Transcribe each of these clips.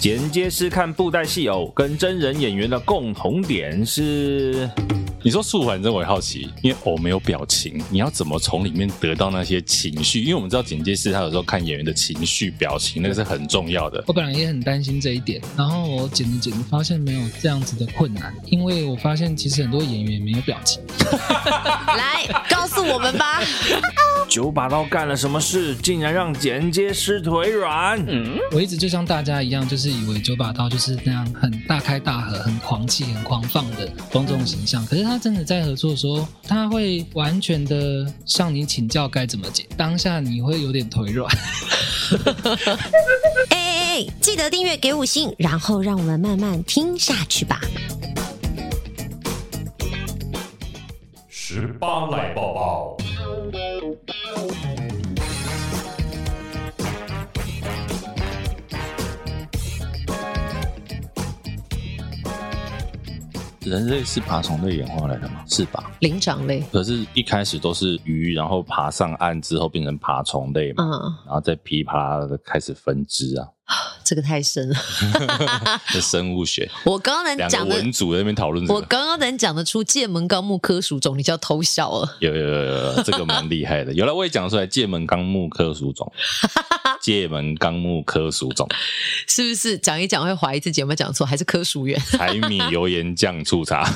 剪接师看布袋戏偶跟真人演员的共同点是，你说素环真我也好奇，因为偶没有表情，你要怎么从里面得到那些情绪？因为我们知道剪接师他有时候看演员的情绪、表情，那个是很重要的。我本来也很担心这一点，然后我剪着剪着发现没有这样子的困难，因为我发现其实很多演员没有表情。来告诉我们 吧。九把刀干了什么事，竟然让剪接师腿软？我一直就像大家一样，就是以为九把刀就是那样很大开大合、很狂气、很狂放的公众形象。可是他真的在合作的时候，他会完全的向你请教该怎么解，当下你会有点腿软。 哎哎哎，记得订阅给五星，然后让我们慢慢听下去吧。十八赖宝宝，人类是爬虫类演化来的吗？是吧？灵长类，可是，一开始都是鱼，然后爬上岸之后变成爬虫类嘛，啊嗯，然后再噼啪的开始分支啊，这个太深了。这生物学。我刚刚能两个讲的，文啊组在那边讨论这我个，刚刚能讲得出界门纲目科属种，你就要偷笑了。有有有有，有这个蛮厉害的。有了，我也讲出来，界门纲目科属种，界门纲目科属种，是不是讲一讲会怀疑自己有没有讲错，还是科属 员柴米油盐酱醋 茶。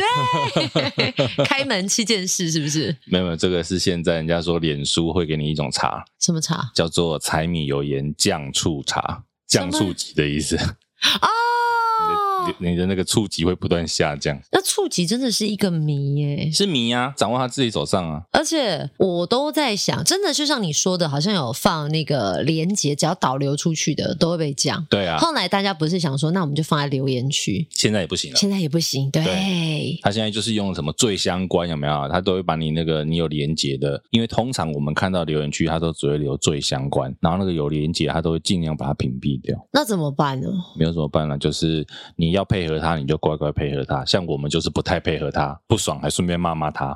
开门七件事是不是？没有没有，这个是现在人家说脸书会给你一种茶，什么茶？叫做柴米油盐酱醋茶，什酱么醋级的意思。哦，你的那个触及会不断下降，那触及真的是一个谜耶、是迷啊，掌握他自己手上啊。而且我都在想，真的就像你说的，好像有放那个连接，只要导流出去的都会被降。对啊，后来大家不是想说，那我们就放在留言区，现在也不行了。现在也不行，对，啊对他现在就是用什么最相关有没有？他都会把你那个你有连接的，因为通常我们看到留言区，他都只会留最相关，然后那个有连接，他都会尽量把它屏蔽掉。那怎么 办呢？没有什么办法，就是你要配合他，你就乖乖配合他。像我们就是不太配合他，不爽还顺便骂骂他，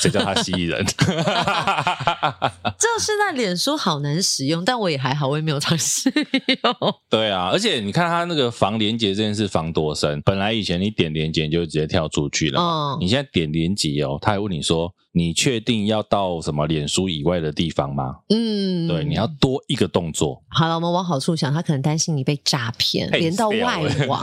谁叫他蜥蜴人？ 这现在脸书好难使用，但我也还好，我也没有尝试 用。对啊，而且你看他那个防连接这件事防多深，本来以前你点连接你就直接跳出去了嘛，嗯啊你，现在点连接哦，他还问你说你确定要到什么脸书以外的地方吗？嗯对，你要多一个动作。好了，我们往好处想，他可能担心你被诈 骗，太连到屌外了 网，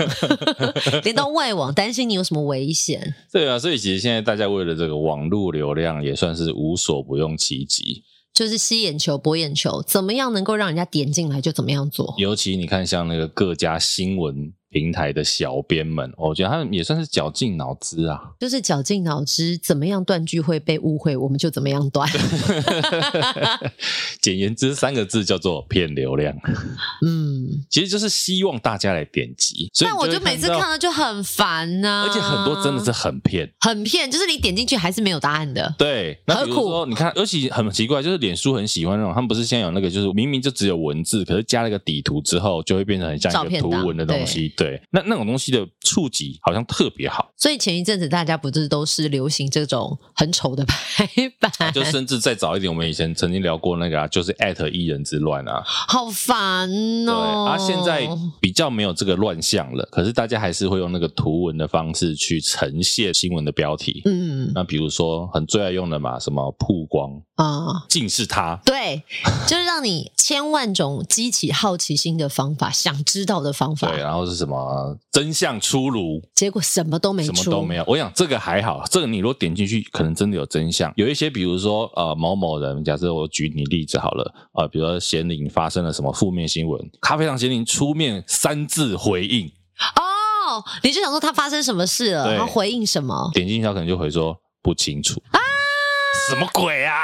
连到外网，担心你有什么危险。对啊，所以其实现在大家为了这个网络流量也算是无所不用其极。就是吸眼球、博眼球，怎么样能够让人家点进来就怎么样做。尤其你看，像那个各家新闻平台的小编们，哦我觉得他们也算是绞尽脑汁啊。 就是绞尽脑汁，怎么样断句会被误会，我们就怎么 样断。简言之，三个字叫做骗流量，嗯，其实就是希望大家来点击。所以但我你就会每次到看到就很烦呐、而且很多真的是很骗。很骗，就是你点进去还是没有答案的。对，那比如何说，你看，尤其很奇怪，就是脸书很喜欢那种，他们不是现在有那个，就是明明就只有文字，可是加了一个底图之后，就会变成很像照一个片图档文的东西。对，那那种东西的触及好像特别好，所以前一阵子大家不是都是流行这种很丑的排版，啊就甚至再早一点，我们以前曾经聊过那个啊，就是艾特一人之乱啊，好烦对，哦。啊，现在比较没有这个乱象了，可是大家还是会用那个图文的方式去呈现新闻的标题。嗯那比如说很最爱用的嘛，什么曝光，啊。尽是它，对，就是让你千万种激起好奇心的方法，想知道的方法对，，啊然后是什么真相出炉，结果什么都没什么出，都没有。我想这个还好，这个你如果点进去，可能真的有真相。有一些，比如说呃某某人，假设我举你例子好了，呃，比如说贤玲发生了什么负面新闻，咖啡上贤玲出面三字回应，哦，你就想说他发生什么事了，对然后回应什么，点进去他可能就回说不清楚啊什么鬼啊？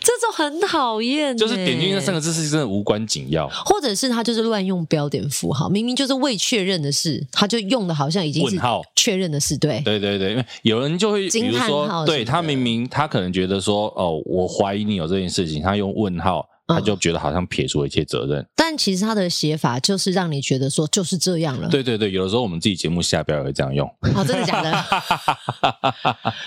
这种很讨厌欸，就是点进去那三个字是真的无关紧要，或者是他就是乱用标点符号，明明就是未确认的事，他就用的好像已经是问号确认的事，对，对对对，因为有人就会，比惊如叹号什说，么对的他明明他可能觉得说，哦，我怀疑你有这件事情，他用问号，嗯他就觉得好像撇除了一些责任。但其实他的写法就是让你觉得说就是这样了，哦 对对对，有的时候我们自己节目下标也会这样用，哦，真的假的？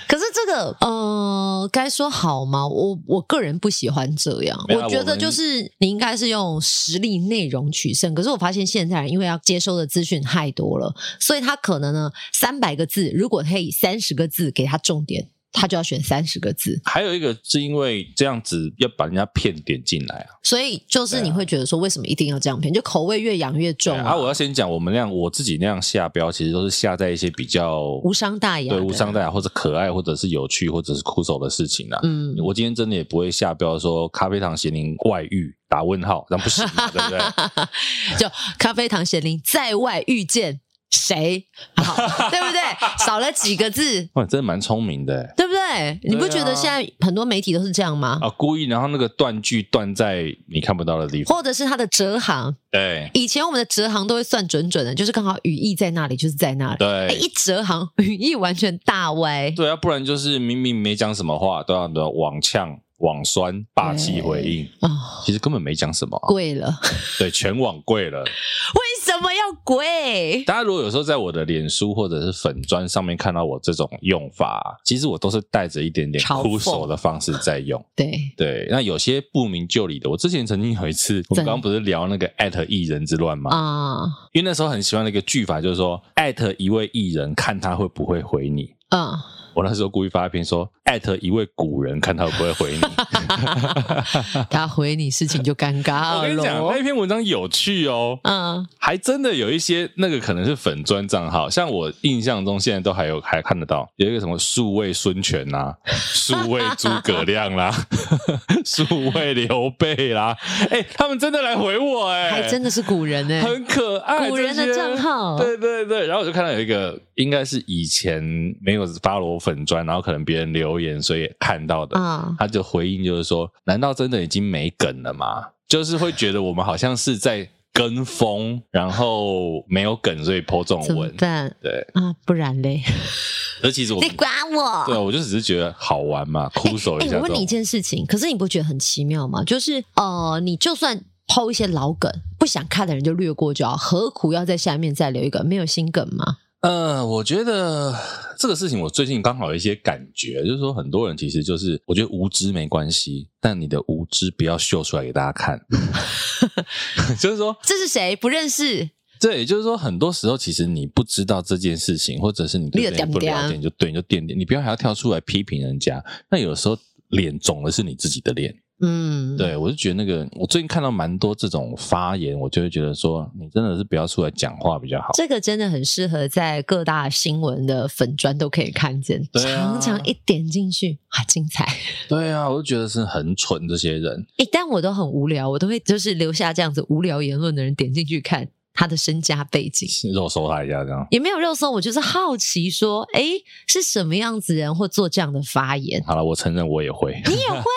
可是这个，呃，该说好吗？我我个人不喜欢这样，没有啊我觉我得们就是你应该是用实力内容取胜。可是我发现现在人因为要接收的资讯太多了，所以他可能呢，三百个字，如果可以三十个字给他重点，他就要选三十个字。还有一个是因为这样子要把人家骗点进来啊。所以就是你会觉得说，为什么一定要这样骗？就口味越养越重啊，我要先讲，我们那样我自己那样下标，其实都是下在一些比较无伤大雅，对无伤大，雅，或者可爱，或者是有趣，或者是酷手的事情啊。嗯，我今天真的也不会下标说咖啡糖咸宁外遇打问号，那不行嘛，对不 对？就咖啡糖咸林在外遇见谁，好 对不对？少了几个字，哇，你真的蛮聪明的欸对不对？你不觉得现在很多媒体都是这样吗？啊！故意，然后那个断句断在你看不到的地方，或者是它的折行，对以前我们的折行都会算准准的，就是刚好语义在那里，就是在那里。哎，对一折行，语义完全大歪。对啊，不然就是明明没讲什么话，都要都要啊网呛、网酸、霸气回应，啊，其实根本没讲什么啊，贵了， 对，全网跪了。为什么要贵？大家如果有时候在我的脸书或者是粉砖上面看到我这种用法，啊其实我都是带着一点点嘲讽哭手的方式在用。对，对，那有些不明就里的，我之前曾经有一次，我们真刚刚不是聊那个艾特艺人之乱吗？啊，因为那时候很喜欢的一个句法就是说，艾特一位艺人，看他会不会回你。嗯，我那时候故意发一篇说，艾特一位古人，看他会不会 回你。他回你事情就尴 尬我跟你讲，了。那篇文章有趣哦，嗯，还真的有一些那个可能是粉砖账号，像我印象中现在都还有还看得到，有一个什么数位孙权啦、数位诸葛亮啦、 数位刘备啦，哎、他们真的来回我哎、还真的是古人欸呢。很可爱，嗯古人的这些账号对对对，然后我就看到有一个应该是以前没有发罗粉砖，然后可能别人留言所以看到的，啊，他就回应就是说，难道真的已经没梗了吗？就是会觉得我们好像是在跟风，然后没有梗，所以抛这怎种么文。办对，啊？不然嘞？而其实我你管对我？我就只是觉得好玩嘛，哭手啊哎、一下我这问你一种。件事情，可是你不觉得很奇妙吗？就是呃，你就算抛一些老梗，不想看的人就略过就好，何苦要在下面再留一个没有新梗吗？呃，我觉得这个事情我最近刚好有一些感觉，就是说很多人其实就是我觉得无知没关系，但你的无知不要秀出来给大家 看。就是说，这是谁？不认识对，就是说，很多时候其实你不知道这件事情，或者是你对你这就件事不点啊了解，点你就对，你就点点，你不要还要跳出来批评人家。那有时候脸肿的是你自己的脸。嗯，，对我就觉得那个，我最近看到蛮多这种发言，我就会觉得说，你真的是不要出来讲话比较好。这个真的很适合在各大新闻的粉砖都可以看见，对啊常常一点进去啊，精彩！对啊，我就觉得是很蠢这些人。哎、但我都很无聊，我都会就是留下这样子无聊言论的人点进去看他的身家背景。肉收他一下这样。也没有肉搜，我就是好奇说，诶，是什么样子人会做这样的发言？好了，我承认我也会，你也会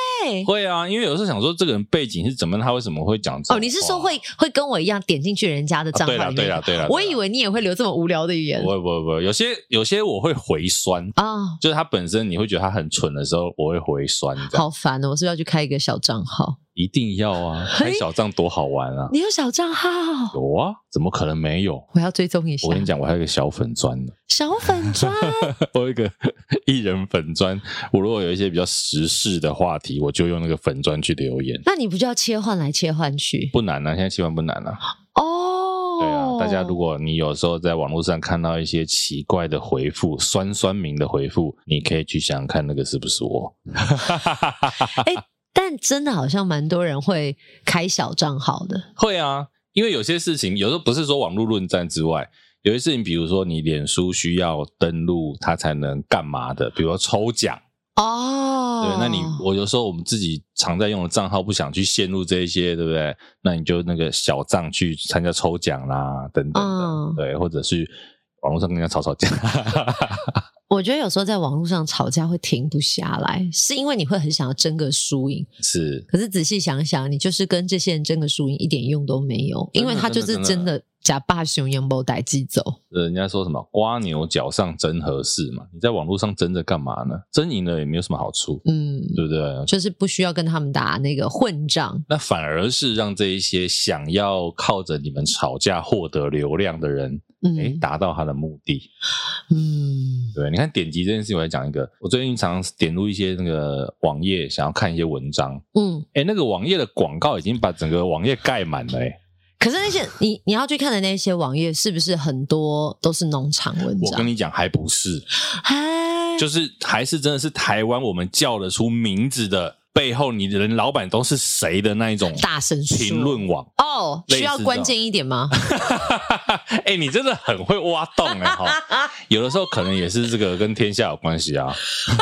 会啊，因为有时候想说这个人背景是怎么样，他为什么会讲这种哦？你是说话会会跟我一样点进去人家的啊账号对里啦面？对啦对啦，我以为你也会留这么无聊的语言不会不会不会，有些有些我会回酸，啊、就是他本身你会觉得他很蠢的时候，我会回酸这样。好烦哦！我是不是要去开一个小账号？一定要啊，开小账多好玩啊！你有小账号？有啊，怎么可能没有？我要追踪一下我跟你讲，我还有一个小粉砖呢， 小粉砖我有一个 艺人粉砖。我如果有一些比较时事的话题，我就用那个粉砖去留言， 那你不就要切换来切换去？不难啊，现在千万不难啊。哦，对啊，大家如果你有时候在网络上看到一些奇怪的回复、酸酸民的回复，你可以去想想看那个是不是我。但真的好像蛮多人会开小账号的，会啊，因为有些事情有时候不是说网络论战之外，有些事情，比如说你脸书需要登录，它才能干嘛的，比如说抽奖。哦，对，那你我有时候我们自己常在用的账号不想去陷入这一些，对不对？那你就那个小账去参加抽奖啦，等等的，嗯对，或者是网络上跟人家吵吵架。 我觉得有时候在网络上吵架会停不下来，是因为你会很想要争个输赢。是，可是仔细想想，你就是跟这些人争个输赢一点用都没有，真因的为他就是真真的的假霸雄羊毛逮鸡走。呃人家说什么“瓜牛角上争合适”嘛，你在网络上争着干嘛呢？争赢了也没有什么好处，嗯，对不对？就是不需要跟他们打那个混账。那反而是让这一些想要靠着你们吵架获得流量的人，哎，达到他的目的。嗯对，你看点击这件事情，我来讲一个，我最近常点入一些那个网页，想要看一些文章，嗯，哎，那个网页的广告已经把整个网页盖满了，哎，可是那些你你要去看的那些网页，是不是很多都是农场文我跟章？你讲，还不是，哎，就是还是真的是台湾我们叫得出名字的背后，你人老板都是谁的那一种大声说评论网。 哦，类似需要关键一 点吗？哎、你真的很会挖洞 哎、哈！有的时候可能也是这个跟天下有关系啊，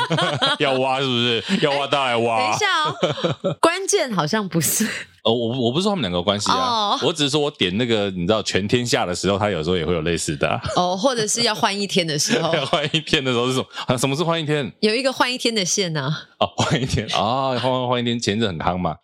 要挖是不是？要挖当然挖、哎等一下哦，关键好像 不是呃，我不我不是说他们两个有关系啊哦我只是说我点那个你知道全天下的时候，他有时候也会有类似的、啊。哦，或者是要换一天的 时候，换一天的时候是什么？啊，什么是换一天？有一个换一天的线呢、哦， 换一天啊，换换换一天，前阵很夯嘛。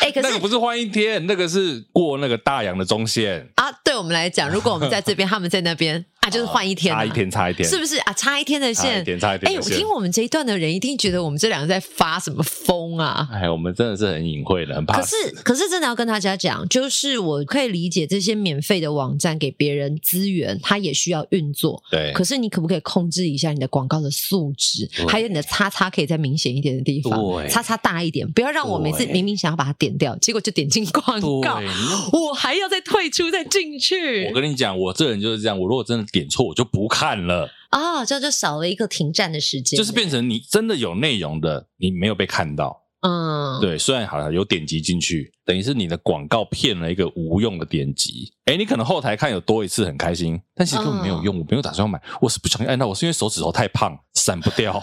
哎，可那是个不是换一天，那个是过那个大洋的中线，啊，对我们来讲，如果我们在这边，他们在那 边啊，就是换一天、啊，差一天，差一天，是不是啊？差一天的差一线。点，差一点哎，的我线。听我们这一段的人一定觉得我们这两个在发什么疯啊！哎，我们真的是很隐晦的，很怕可是，可是真的要跟大家讲，就是我可以理解这些免费的网站给别人资源，它也需要运作。对。可是，你可不可以控制一下你的广告的素质，还有你的叉叉可以在明显一点的地方，对叉叉大一点，不要让我每次对明明想要把它点掉，结果就点进广告，对，我还要再退出再进去我跟你讲，我这人就是这样，我如果真的点错，我就不看了，啊、这样就少了一个停站的时间，就是变成你真的有内容的，你没有被看到。嗯，对，虽然好像有点击进去，等于是你的广告骗了一个无用的点击。哎，你可能后台看有多一次很开心，但其实根本没有用，我没有打算要买，我是不小心按到，我是因为手指头太胖，闪不掉。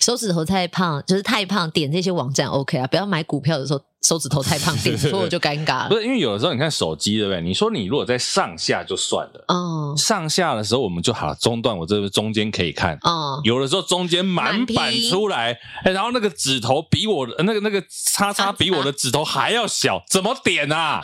手指头太胖，就是太胖，点这些网站 OK 啊，不要买股票的时候手指头太胖，点错我就尴尬不 了。是因为有的时候你看手机对不对？你说你如果在上下就算了，哦上下的时候我们就好中断，我这个中间可以看。 哦，有的时候中间满版出来，哎，然后那个指头比我的那个那个叉叉比我的指头还要小，怎么点啊？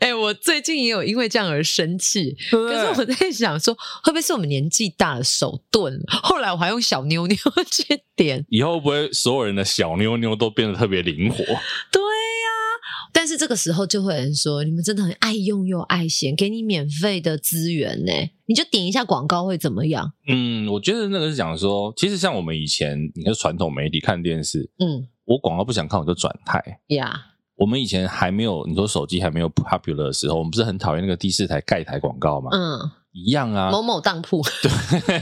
哎、我最近也有因为这样而生气，对不可对是我在想说，会不会是我们年纪大了手钝了？后来我还用小妞 妞去点，以后会不会所有人的小妞妞都变得特别灵活？对呀、但是这个时候就会有人说，你们真的很爱用又爱嫌，给你免费的资源呢、你就点一下广告会怎么样？嗯，我觉得那个是讲说，其实像我们以前，你看传统媒体看电视，嗯我广告不想看我就转台。呀，我们以前还没有你说手机还没有 popular 的时候，我们不是很讨厌那个第四台盖台广告吗？嗯，一样啊， 某某当铺，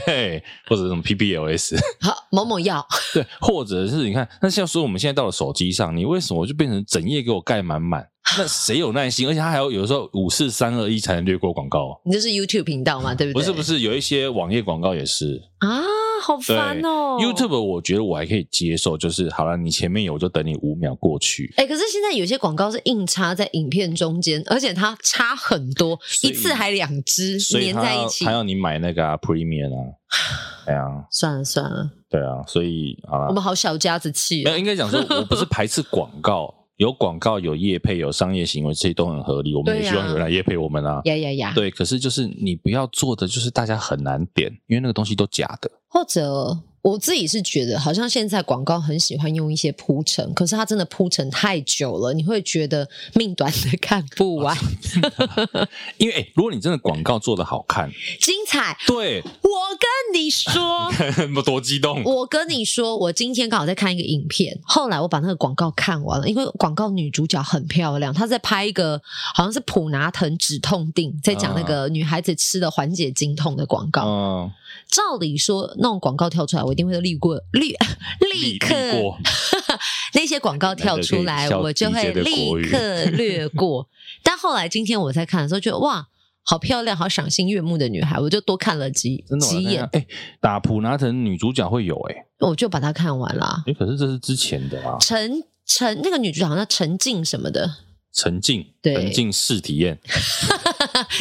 对，或者什么 PBLS，好，某某药，对，或者是你看，那像说我们现在到了手机上，你为什么就变成整页给我盖满满？ 那谁有耐心？而且它还有有时候五四三二一才能略过广告哦，你这是 YouTube 频道嘛？对不不对？是不是，有一些网页广告也是。啊，好烦哦。 YouTube 我觉得我还可以接受，就是好了，你前面有我就等你五秒过去，哎、可是现在有些广告是硬插在影片中间，而且它插很多，所一以次还两只所以粘他在一要起他。要你买那个、啊、Premium 啊，哎呀、算了算了，对啊，所以好我了，们好小家子气没哦、有应该讲说，我不是排斥广告， 有广告有业配有商业行为，这些都很合理，我们也对啊希望有人来业配我们啊。呀呀呀！对，可是就是你不要做的，就是大家很难点，因为那个东西都假 的。或者我自己是觉得，好像现在广告很喜欢用一些铺陈，可是它真的铺陈太久了，你会觉得命短的看不完。因为、哎诶如果你真的广告做的好看， 精彩，对， 我跟你说。我多激动！我跟你说，我今天刚好在看一个影片，后来我把那个广告看完了，因为广告女主角很漂亮，她在拍一个好像是普拿疼止痛定，在讲啊那个女孩子吃的缓解经痛的广告。嗯，照理说，那种广告跳出来，我一定会立过立 立刻立过那些广告跳出难得可以来，笑我就会 DJ 的立国语刻略 过。但后来今天我在看的时候，觉得哇，好漂亮，好赏心悦目的女孩，我就多看了几真的几眼，哎、诶打普拿藤女主角会有哎、诶我就把它看完了。诶可是这是之前的啊，陈陈那个女主角好像陈静什么 的，沉浸，对沉浸式体验，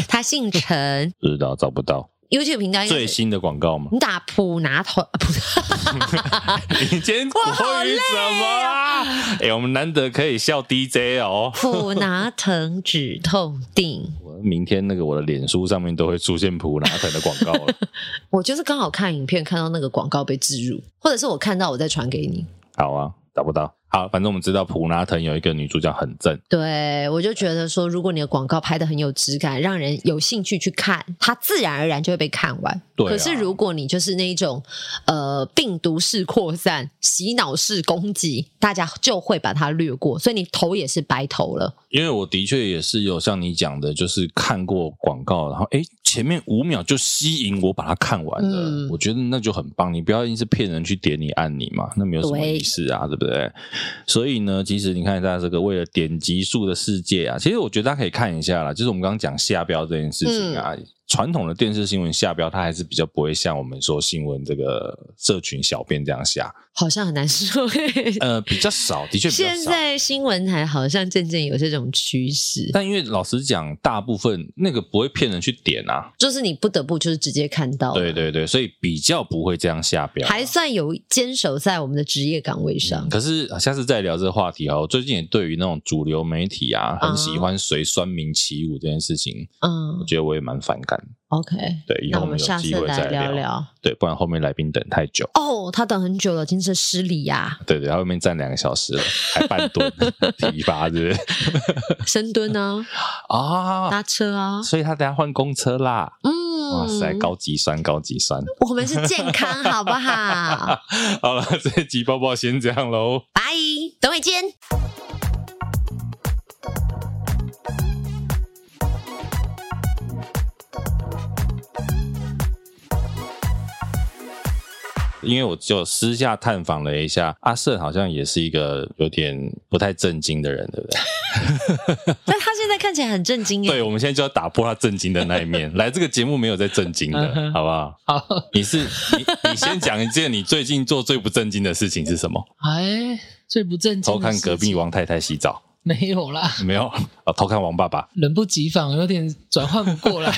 她姓陈不知道找不到，YouTube 频道应该最是新的广告吗？ 你打普拿头，普你今天国好哦语怎么啊？哎、我们难得可以笑 DJ 哦。普拿疼止痛定，我明天那个我的脸书上面都会出现普拿藤的广告了。我就是刚好看影片看到那个广告被植入，或者是我看到我再传给你。好啊，找不到。好，反正我们知道普拿腾有一个女主角很正，对，我就觉得说，如果你的广告拍的很有质感，让人有兴趣去看，它自然而然就会被看完。对啊可是如果你就是那一种呃病毒式扩散、洗脑式攻击，大家就会把它略过，所以你头也是白头了。因为我的确也是有像你讲的，就是看过广告，然后诶前面五秒就吸引我把它看完了，嗯我觉得那就很棒。你不要硬是骗人去点你按你嘛，那没有什么对意思啊，对不对？所以呢，其实你看在这个为了点击数的世界啊，其实我觉得大家可以看一下啦，就是我们刚刚讲下标这件事情啊。嗯传统的电视新闻下标，它还是比较不会像我们说新闻这个社群小编这样下，好像很难说。 呃，比较少，的确比较少。现在新闻台好像渐渐有这种趋势，但因为老实讲，大部分那个不会骗人去点啊，就是你不得不就是直接看到，对对对，所以比较不会这样下标。哦啊还算有坚守在我们的职业岗位上。可是啊下次再聊这个话题哦哈，我最近也对于那种主流媒体啊，很喜哦欢随酸民起舞这件事情，嗯我觉得我也蛮反感。 ，OK，对，以那后我们们有下次机会来再聊聊。对，不然后面来宾等太久。哦，他等很久了，真是失礼啊 呀、对对，他后面站两个小时了，还半蹲 提拔是不是？深蹲啊，啊，搭车啊，所以他等下换公车啦。嗯，哇塞，高级酸，高级酸。我们是健康，好不好？ 好了，这一集抱抱先这样喽。拜，等会见。因为我就私下探访了一下，阿胜好像也是一个有点不太正经的人，对不对？但他现在看起来很震惊耶，对，我们现在就要打破他正经的那一 面。来，这个节目没有在正经嗯的，哼好不好？好，你是你，你先讲一件你最近做最不正经的事情是什 么？哎，最不正经的偷看隔事壁情王太太洗澡，没有啦，没有？哦，偷看王爸爸。猝不及防，有点转换不过来，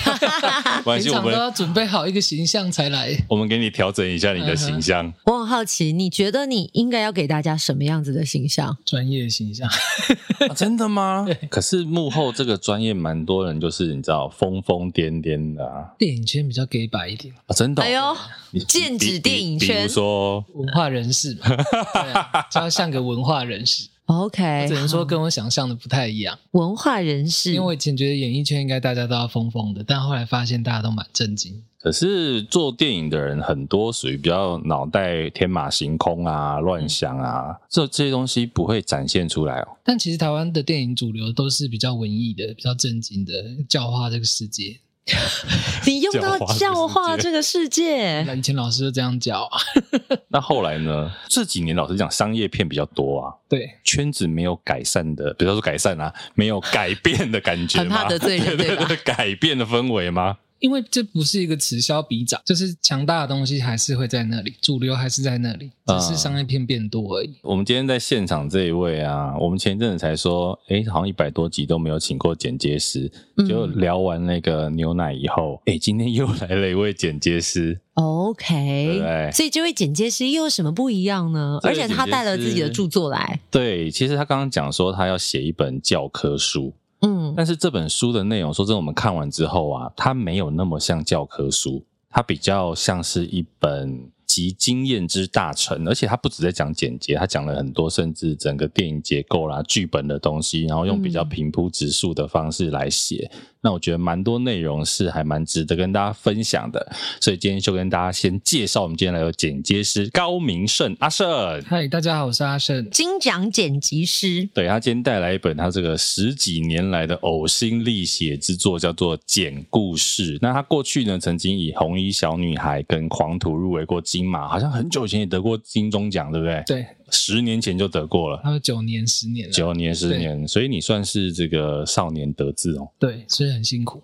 没关系， 平我常都们要准备好一个形象才来。我们给你调整一下你的嗯形 象。我很好奇，你觉得你应该要给大家什么样子的形象？专业形象，啊真的吗？可是幕后这个专业蛮多人就是你知道疯疯癫癫的啊，电影圈比较 gay 白一点，啊真的哦。哎呦，你剑指比比电影比圈如说文化人士嘛，对啊就要像个文化人士。 ，OK，只能说 好跟我想象的不太一样，文化人士因为，我以前觉得演艺圈应该大家都要疯疯的，但后来发现大家都蛮震惊。可是做电影的人很多属于比较脑袋天马行空啊、乱想嗯啊，这这些东西不会展现出来哦。但其实台湾的电影主流都是比较文艺的、比较正经的，教化这个世界。你用到教教化化这这个世界，那以前老师就这样教啊，那后来呢？这几年老实讲，商业片比较多啊，对，圈子没有改善的，比如说改善啊，没有改变的感觉吗，很怕得罪人对对吧对，改变的氛围吗？因为这不是一个此消彼长，就是强大的东西还是会在那里，主流还是在那里，只啊是商业片变多而已。我们今天在现场这一位啊，我们前一阵子才说，诶，好像一百多集都没有请过剪接师，嗯结果聊完那个牛奶以后，诶，今天又来了一位剪接师，对不对 OK，所以这位剪接师又有什么不一样呢？这位而且他带了自己的著作来，对，其实他刚刚讲说他要写一本教科书，嗯，但是这本书的内容，说真的，我们看完之后啊，它没有那么像教科书，它比较像是一本集经验之大成，而且它不只在讲简洁，它讲了很多，甚至整个电影结构啦、剧本的东西，然后用比较嗯平铺直述的方式来写。那我觉得蛮多内容是还蛮值得跟大家分享的，所以今天就跟大家先介绍我们今天来的剪接师高明胜阿胜。嗨，大家好，我是阿胜。金奖剪辑师，对他今天带来一本他这个十几年来的呕心沥血之作，叫做《简故事》。那他过去呢，曾经以《红衣小女孩》跟《狂徒》入围过金马，好像很久以前也得过金钟奖，对不对？，对，十年前就得过了，他有九年、十年了，九年、十年，所以你算是这个少年得志 哦。对，所以很辛苦。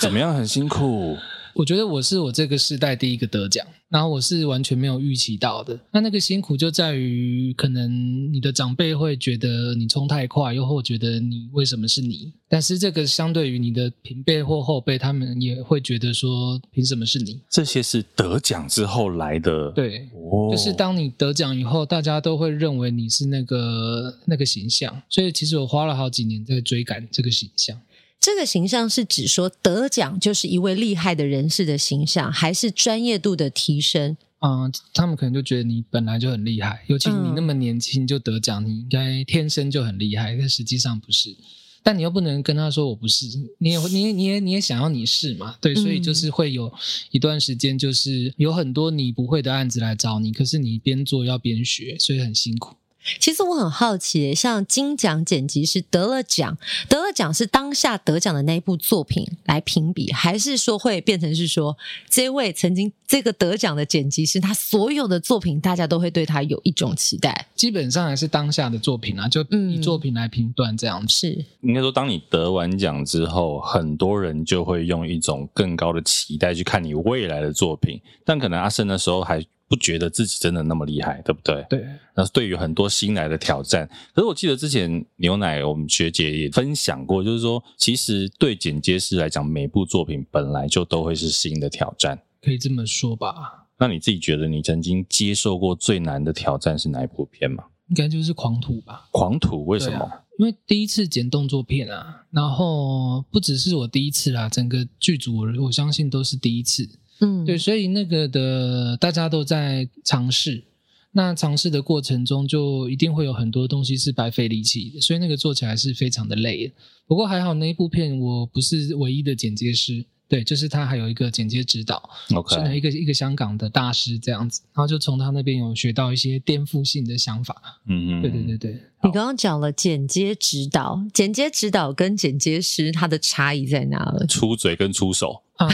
怎么样，很辛苦。我觉得我是我这个世代第一个得奖，然后我是完全没有预期到的。那那个辛苦就在于，可能你的长辈会觉得你冲太快，又或觉得你为什么是你。但是这个相对于你的平辈或后辈，他们也会觉得说，凭什么是你？这些是得奖之后来的，，对，哦就是当你得奖以后，大家都会认为你是那个那个形象。所以其实我花了好几年在追赶这个形象。这个形象是指说得奖就是一位厉害的人士的形象，还是专业度的提升？嗯、他们可能就觉得你本来就很厉害，尤其你嗯那么年轻就得奖，你应该天生就很厉害，但实际上不是。但你又不能跟他说我不是，你也你也你也你也想要你是嘛？对，所以就是会有一段时间，就是有很多你不会的案子来找你，可是你边做要边学，所以很辛苦。其实我很好奇，像金奖剪辑师得了奖，得了奖是当下得奖的那一部作品来评比，还是说会变成是说这位曾经这个得奖的剪辑师，他所有的作品，大家都会对他有一种期待。基本上还是当下的作品啊，就以嗯作品来评断这样子。是，应该说，当你得完奖之后，很多人就会用一种更高的期待去看你未来的作品，但可能阿胜那时候还不觉得自己真的那么厉害，对不对？对，那对于很多新来的挑战，可是我记得之前牛奶我们学姐也分享过，就是说，其实对剪接师来讲，每部作品本来就都会是新的挑战。可以这么说吧，那你自己觉得你曾经接受过最难的挑战是哪一部片吗？应该就是狂徒吧。狂徒为什么？对因为第一次剪动作片啊，然后不只是我第一次啦，整个剧组我我相信都是第一次，嗯对，，所以那个的大家都在尝试。那尝试的过程中，就一定会有很多东西是白费力气的，所以那个做起来是非常的累的。不过还好那一部片我不是唯一的剪接师，对，就是他还有一个剪接指导， OK，啊是一个一个香港的大师这样子，然后就从他那边有学到一些颠覆性的想法。嗯嗯，对对对对，你刚刚讲了剪接指导，剪接指导跟剪接师它的差异在哪 了？出嘴跟出手， 啊，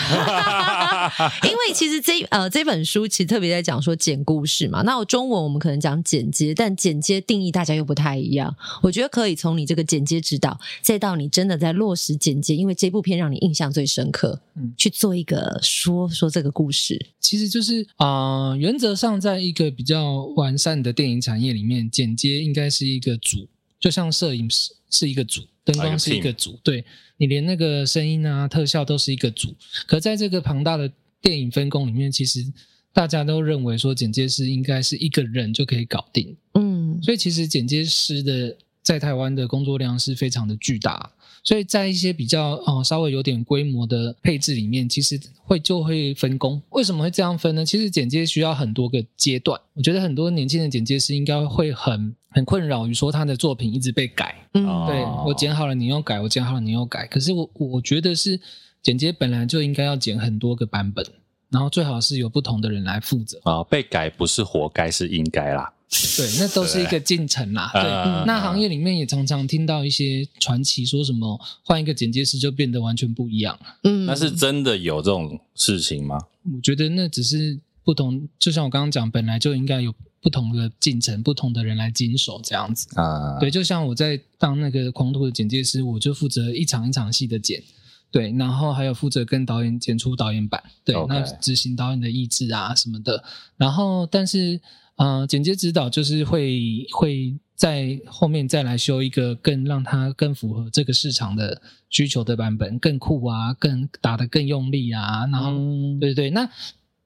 因为其实这呃这本书其实特别在讲说剪故事嘛，那我中文我们可能讲剪接，但剪接定义大家又不太一样。我觉得可以从你这个剪接指导，再到你真的在落实剪接，因为这部片让你印象最深刻，嗯去做一个说说这个故事。其实就是啊、呃原则上在一个比较完善的电影产业里面，剪接应该是一个组，就像摄影师是一个组，灯光是一个组，对你连那个声音啊、特效都是一个组。可在这个庞大的电影分工里面，其实大家都认为说剪接师应该是一个人就可以搞定，嗯，所以其实剪接师的在台湾的工作量是非常的巨大，所以在一些比较呃稍微有点规模的配置里面，其实会就会分工。为什么会这样分呢？其实剪接需要很多个阶段，我觉得很多年轻的剪接师应该会很很困扰于说他的作品一直被改，嗯哦嗯对我剪好了你又改，我剪好了你又改。可是我我觉得是剪接本来就应该要剪很多个版本，然后最好是有不同的人来负责。啊、被改不是活该，是应该啦。对，那都是一个进程啦。对对，嗯那行业里面也常常听到一些传奇，说什么换一个剪接师就变得完全不一样。嗯那是真的有这种事情吗？我觉得那只是不同，就像我刚刚讲，本来就应该有不同的进程，不同的人来经手这样子。啊、对，就像我在当那个狂徒的剪接师，我就负责一场一场戏的剪，对，然后还有负责跟导演剪出导演版，对 OK 那执行导演的意志啊什么的。然后，但是呃，剪接指导就是会会在后面再来修一个更让它更符合这个市场的需求的版本，更酷啊，更打得更用力啊，然后、嗯对对对，那。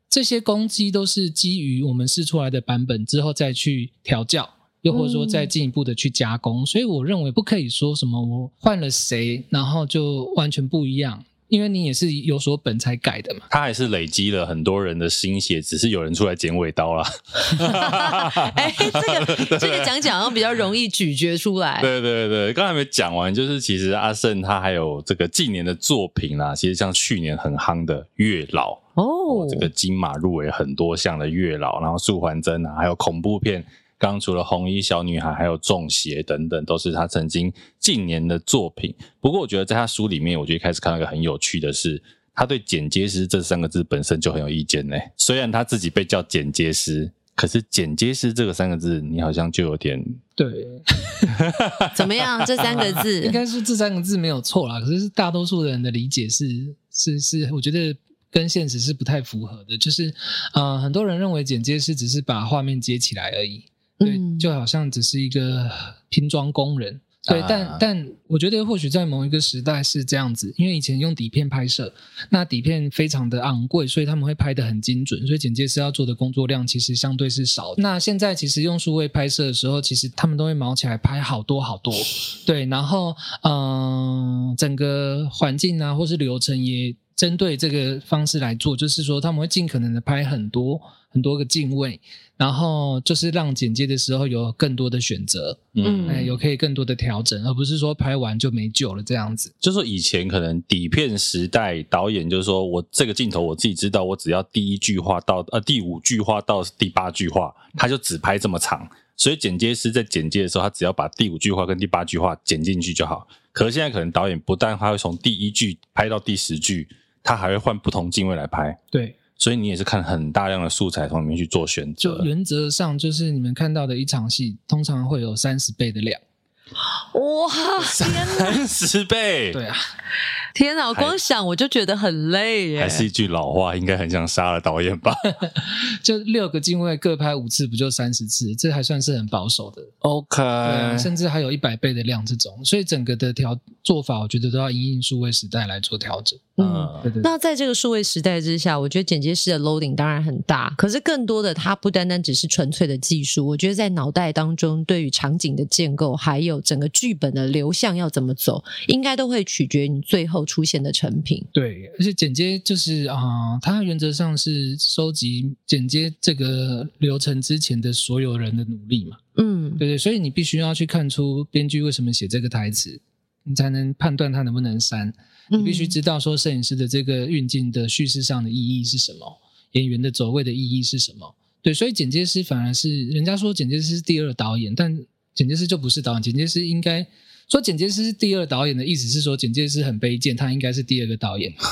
这些攻击都是基于我们试出来的版本之后再去调教，又或者说再进一步的去加工。所以我认为不可以说什么我换了谁，然后就完全不一样，因为你也是有所本才改的嘛。他还是累积了很多人的心血，只是有人出来剪尾刀啦。 哎，这 个这个讲讲好像比较容易咀嚼出来。对对对，刚才没讲完，就是其实阿胜他还有这个近年的作品啦，其实像去年很夯的《月老》哦哦，这个金马入围很多项的《月老》，然后素还真啊，还有恐怖片，刚刚除了《红衣小女孩》还有《中邪》等等，都是他曾经近年的作品。不过我觉得在他书里面，我就一开始看到一个很有趣的是。他对“剪接师”这三个字本身就很有意见呢、虽然他自己被叫剪接师，可是“剪接师”这个三个字，你好像就有点对，怎么样？这三个字 应该说这三个字没有错啦，可是大多数人的理解是是是，我觉得。跟现实是不太符合的，就是，呃，很多人认为剪接师只是把画面接起来而已，对，嗯就好像只是一个拼装工人。对啊，但但我觉得或许在某一个时代是这样子，因为以前用底片拍摄，那底片非常的昂贵，所以他们会拍的很精准，所以剪接师要做的工作量其实相对是少的。那现在其实用数位拍摄的时候，其实他们都会毛起来拍好多好多，对，然后嗯、呃整个环境啊或是流程也针对这个方式来做，就是说他们会尽可能的拍很多很多个镜位，然后就是让剪接的时候有更多的选择，嗯嗯，哎，有可以更多的调整，而不是说拍完就没救了这样子。就是说以前可能底片时代，导演就是说我这个镜头我自己知道，我只要第一句话到呃第五句话到第八句话，他就只拍这么长。所以剪接师在剪接的时候，他只要把第五句话跟第八句话剪进去就好。可是现在可能导演不但他会从第一句拍到第十句，他还会换不同镜位来拍，对，所以你也是看很大量的素材从里面去做选就择。原则上就是你们看到的一场戏，通常会有三十倍的量。哇， 三十倍，对啊， 天哪！我光想我就觉得很累耶还。是一句老话，应该很想杀了导演吧？就六个镜位各拍五次，不就三十次？这还算是很保守的。 OK，、对啊，哎甚至还有一百倍的量这种，所以整个的调做法，我觉得都要因应数位时代来做调整。嗯对对对那在这个数位时代之下，我觉得剪接师的 loading 当然很大，可是更多的它不单单只是纯粹的技术，我觉得在脑袋当中对于场景的建构，还有整个剧本的流向要怎么走，应该都会取决于你最后出现的成品。对，而且剪接就是啊、呃它原则上是收集剪接这个流程之前的所有人的努力嘛。嗯，对对，所以你必须要去看出编剧为什么写这个台词，你才能判断他能不能删。你必须嗯知道说摄影师的这个运镜的叙事上的意义是什么，演员的走位的意义是什么。对，所以剪接师反而是人家说剪接师是第二导演，但剪接师就不是导演，剪接师应该。说剪接师是第二导演的意思是说，剪接师很卑贱，他应该是第二个导演。嗯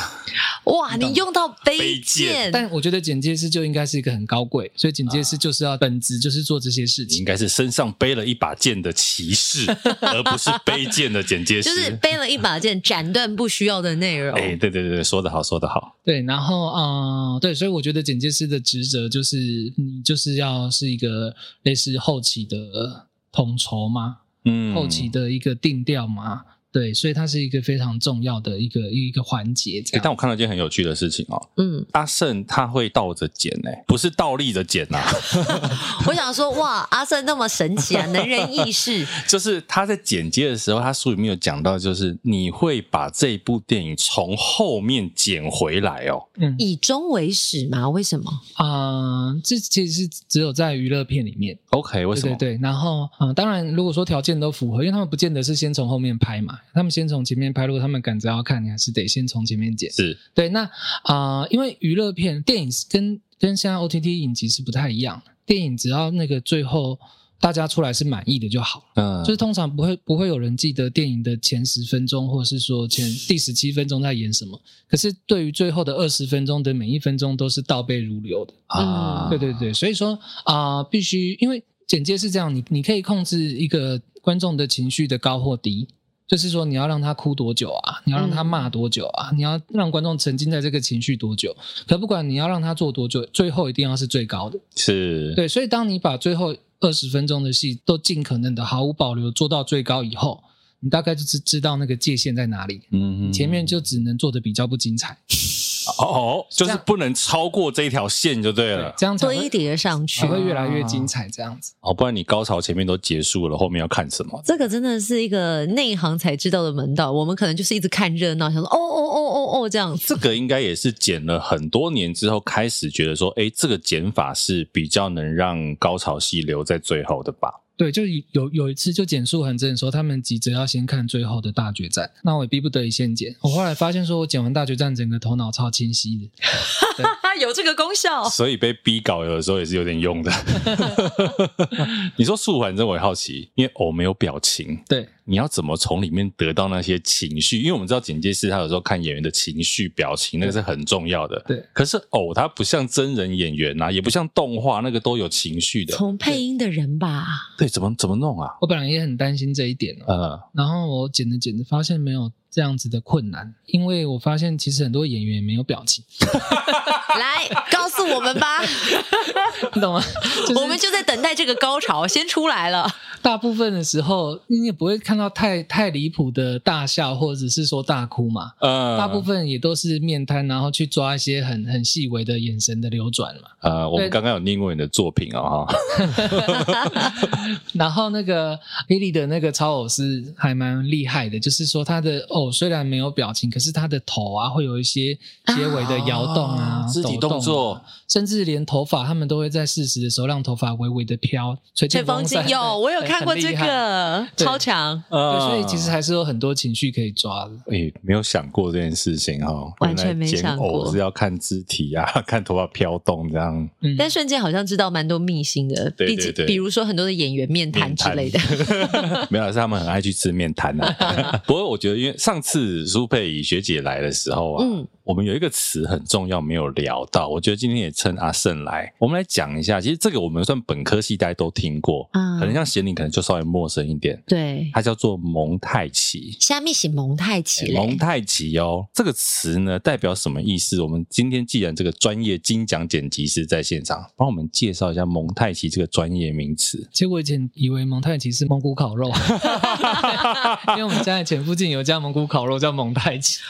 哇，你用到卑卑贱嗯贱，但我觉得剪接师就应该是一个很高贵，所以剪接师就是要本质就是做这些事你应情。该是身上背了一把剑的骑士，而不是背剑的剪接师。 就是背了一把剑，斩断不需要的内容。哎，对对对对，说得好，说得好。对，然后啊、呃对，所以我觉得剪接师的职责就是你就是要是一个类似后期的统筹嘛，嗯后期的一个定调嘛，对，所以它是一个非常重要的一个一个环节。这诶哎但样，我看到一件很有趣的事情哦，嗯，阿胜他会倒着剪诶、不是倒立着剪啊呐、我想说，哇，阿胜那么神奇啊，能人异士。 就是他在剪接的时候，他书里面有讲到，就是你会把这部电影从后面剪回来哦。嗯以终为始嘛？为什么？啊、这其实是只有在娱乐片里面， OK，为对什么？对对。然后啊、呃当然如果说条件都符合，因为他们不见得是先从后面拍嘛，他们先从前面拍，如果他们赶着要看，你还是得先从前面剪。是对，那啊、呃因为娱乐片、电影是跟跟现在 OTT 影集是不太一样，电影只要那个最后大家出来是满意的就好了。嗯，就是通常不会不会有人记得电影的前十分钟，或是说前第十七分钟在演什么。可是对于最后的二十分钟的每一分钟都是倒背如流的。啊，对对对，所以说啊、必须因为简介是这样，你你可以控制一个观众的情绪的高或低。就是说，你要让他哭多久啊？你要让他骂多久啊？你要让观众沉浸在这个情绪多久？可不管你要让他做多久，最后一定要是最高的。是，对，所以当你把最后二十分钟的戏都尽可能的毫无保留做到最高以后，你大概就知知道那个界限在哪里，嗯，嗯前面就只能做的比较不精彩，哦哦，就是这样不能超过这一条线就对了。这样才堆会叠上去才，会越来越精彩。这样子，哦，不然你高潮前面都结束了，后面要看什么？这个真的是一个内行才知道的门道。我们可能就是一直看热闹，想说哦哦哦哦哦这样子。 这个应该也是剪了很多年之后，开始觉得说，哎，这个剪法是比较能让高潮戏留在最后的吧？对，就有有一次就简述很正的时候，他们急着要先看最后的大决战，那我也逼不得已先剪。我后来发现，说我剪完大决战，整个头脑超清晰的。哈，有这个功哦效。所以被逼搞有的时候也是有点用的。你说素环，真我也好奇，因为偶没有表情，对，你要怎么从里面得到那些情绪？因为我们知道剪接师他有时候看演员的情绪、表情，那个是很重要的。对，可是偶他不像真人演员呐、也不像动画那个都有情绪的。从配音的人 吧，对，怎么怎么弄啊？我本来也很担心这一点哦。呃，然后我剪着剪着发现没有这样子的困难，因为我发现其实很多演员也没有表情，来告诉我们吧，你懂吗？ 就是我们就在等待这个高潮先出来了。大部分的时候你也不会看到太太离谱的大笑或者是说大哭嘛，嗯呃，大部分也都是面瘫，然后去抓一些很很细微的眼神的流转嘛。呃，我们对刚刚有念过你的作品啊、 哈，然后那个 Lily 的那个超偶是还蛮厉害的，就是说他的偶后，虽然没有表情，可是他的头啊会有一些结尾的摇动啊、哦啊肢体抖动啊动作，甚至连头发，他们都会在适时的时候让头发微微的飘。吹吹风机扇有，我有看过这。 很厉害个，对嗯超强。对，呃所以其实还是有很多情绪可以抓的。诶、没有想过这件事情哦，完全没原来想剪偶过是要看肢体啊， 看头发飘动这样。嗯，但瞬间好像知道蛮多秘辛的，对毕对竟对比如说很多的演员面谈之类的，的， 没有，是他们很爱去吃面摊 啊。不过我觉得，因为上次苏佩仪学姐来的时候啊，嗯我们有一个词很重要没有聊到，我觉得今天也趁阿胜来，我们来讲一下。其实这个我们算本科系大家都听过，啊嗯可能像贤玲可能就稍微陌生一点，对，它叫做蒙太奇。下面写蒙太奇欸嘞，蒙太奇哦，这个词呢代表什么意思？我们今天既然这个专业金奖剪辑师在现场，帮我们介绍一下蒙太奇这个专业名词。其实我以前以为蒙太奇是蒙古烤肉， 因为我们家以前附近有一家蒙古烤肉叫蒙太奇，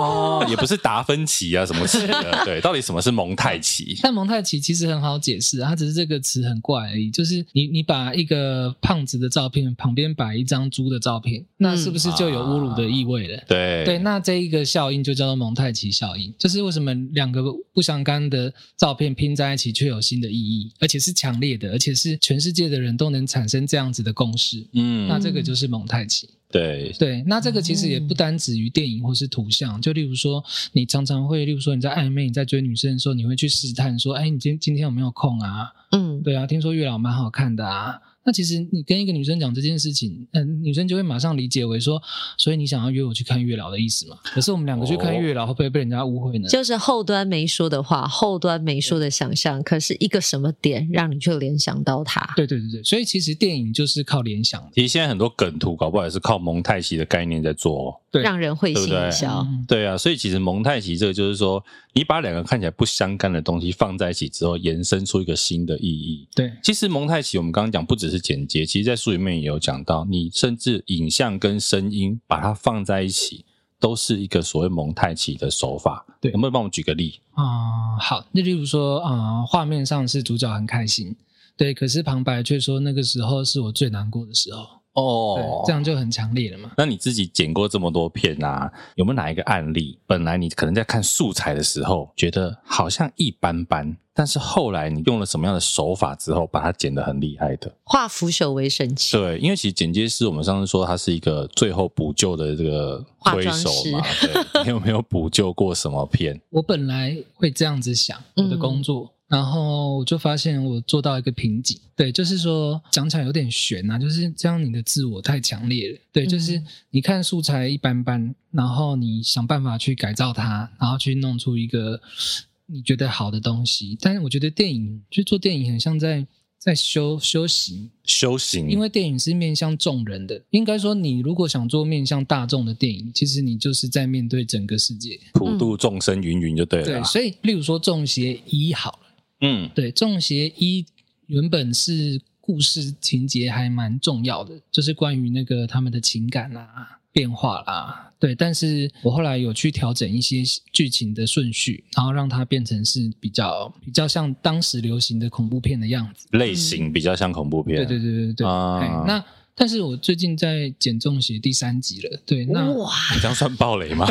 哦，也不是达芬奇啊，什么奇的，对，到底什么是蒙太奇？但蒙太奇其实很好解释，它只是这个词很怪而已。就是你你把一个胖子的照片旁边摆一张猪的照片，那是不是就有侮辱的意味了？对对，那这一个效应就叫做蒙太奇效应，就是为什么两个不相干的照片拼在一起却有新的意义，而且是强烈的，而且是全世界的人都能产生这样子的共识。那嗯，这个就是蒙太奇。对，对，那这个其实也不单止于电影或是图像，就例如说，你常常会，例如说你在暧昧、你在追女生的时候，你会去试探说，哎，你今今天有没有空啊？嗯，对啊，听说月老蛮好看的啊。那其实你跟一个女生讲这件事情，嗯、女生就会马上理解为说，所以你想要约我去看月老的意思嘛？可是我们两个去看月老，会不会被人家误会呢？就是后端没说的话，后端没说的想象，可是一个什么点让你去联想到它？对对对对，所以其实电影就是靠联想的，其实现在很多梗图搞不好也是靠蒙太奇的概念在做、哦。对让人会心对不对一哦笑。嗯对啊，所以其实蒙太奇这个就是说，你把两个看起来不相干的东西放在一起之后，延伸出一个新的意义。对其实蒙太奇我们刚刚讲不只是剪接，其实在书里面也有讲到，你甚至影像跟声音把它放在一起，都是一个所谓蒙太奇的手法。对能不能帮我们举个例？啊、好，那例如说啊、画面上是主角很开心，对，可是旁白却说那个时候是我最难过的时候，对，哦这样就很强烈了嘛。那你自己剪过这么多片啊，有没有哪一个案例，本来你可能在看素材的时候觉得好像一般般，但是后来你用了什么样的手法之后，把它剪得很厉害的？化腐朽为神奇，对，因为其实剪接师，我们上次说他是一个最后补救的这个化推妆手师嘛。 对，你有没有补救过什么片？我本来会这样子想我嗯的工作，然后我就发现我做到一个瓶颈。对，就是说讲起来有点悬啊，就是这样你的自我太强烈了。对，就是你看素材一般般，然后你想办法去改造它，然后去弄出一个你觉得好的东西。但是我觉得电影就做电影很像在在修修行，修行，因为电影是面向众人的，应该说你如果想做面向大众的电影，其实你就是在面对整个世界。普度众生云云就对啊了嗯对，啦。所以例如说《中邪一》好了，嗯，对，《中邪一》原本是故事情节还蛮重要的，就是关于那个他们的情感啦、变化啦，对。但是我后来有去调整一些剧情的顺序，然后让它变成是比较比较像当时流行的恐怖片的样子。类型比较像恐怖片。嗯对对对对对对，啊哎那。但是我最近在减重鞋第三集了，对，那哦哇，你这样算暴雷 吗？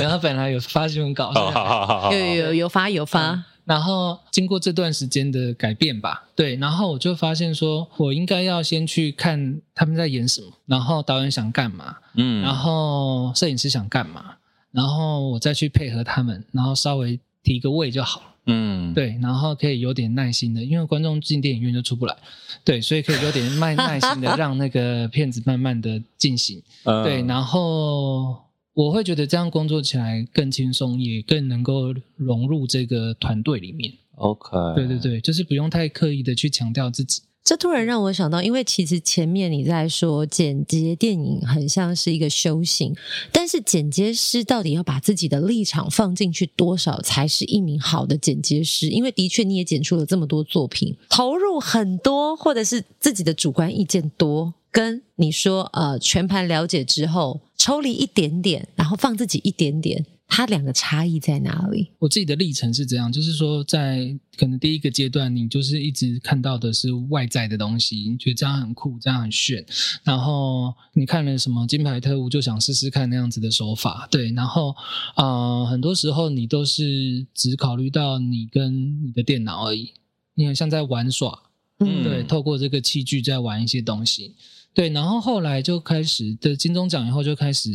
然后本来有发新闻稿，好好好好好有。有有有发有发，然后经过这段时间的改变吧，对，然后我就发现说，我应该要先去看他们在演什么，然后导演想干嘛，嗯然后摄影师想干嘛，然后我再去配合他们，然后稍微提个位就好了。嗯，对，然后可以有点耐心的，因为观众进电影院就出不来，对，所以可以有点耐耐心的让那个片子慢慢的进行。 嗯对，然后我会觉得这样工作起来更轻松，也更能够融入这个团队里面。 OK，对对对，就是不用太刻意的去强调自己。这突然让我想到，因为其实前面你在说剪接电影很像是一个修行，但是剪接师到底要把自己的立场放进去多少，才是一名好的剪接师？因为的确你也剪出了这么多作品，投入很多，或者是自己的主观意见多，跟你说呃全盘了解之后抽离一点点，然后放自己一点点。它两个差异在哪里？我自己的历程是这样，就是说，在可能第一个阶段，你就是一直看到的是外在的东西，你觉得这样很酷，这样很炫，然后你看了什么《金牌特务》，就想试试看那样子的手法，对，然后啊、呃很多时候你都是只考虑到你跟你的电脑而已，你很像在玩耍，嗯对，透过这个器具在玩一些东西。对，然后后来就开始的金钟奖以后就开始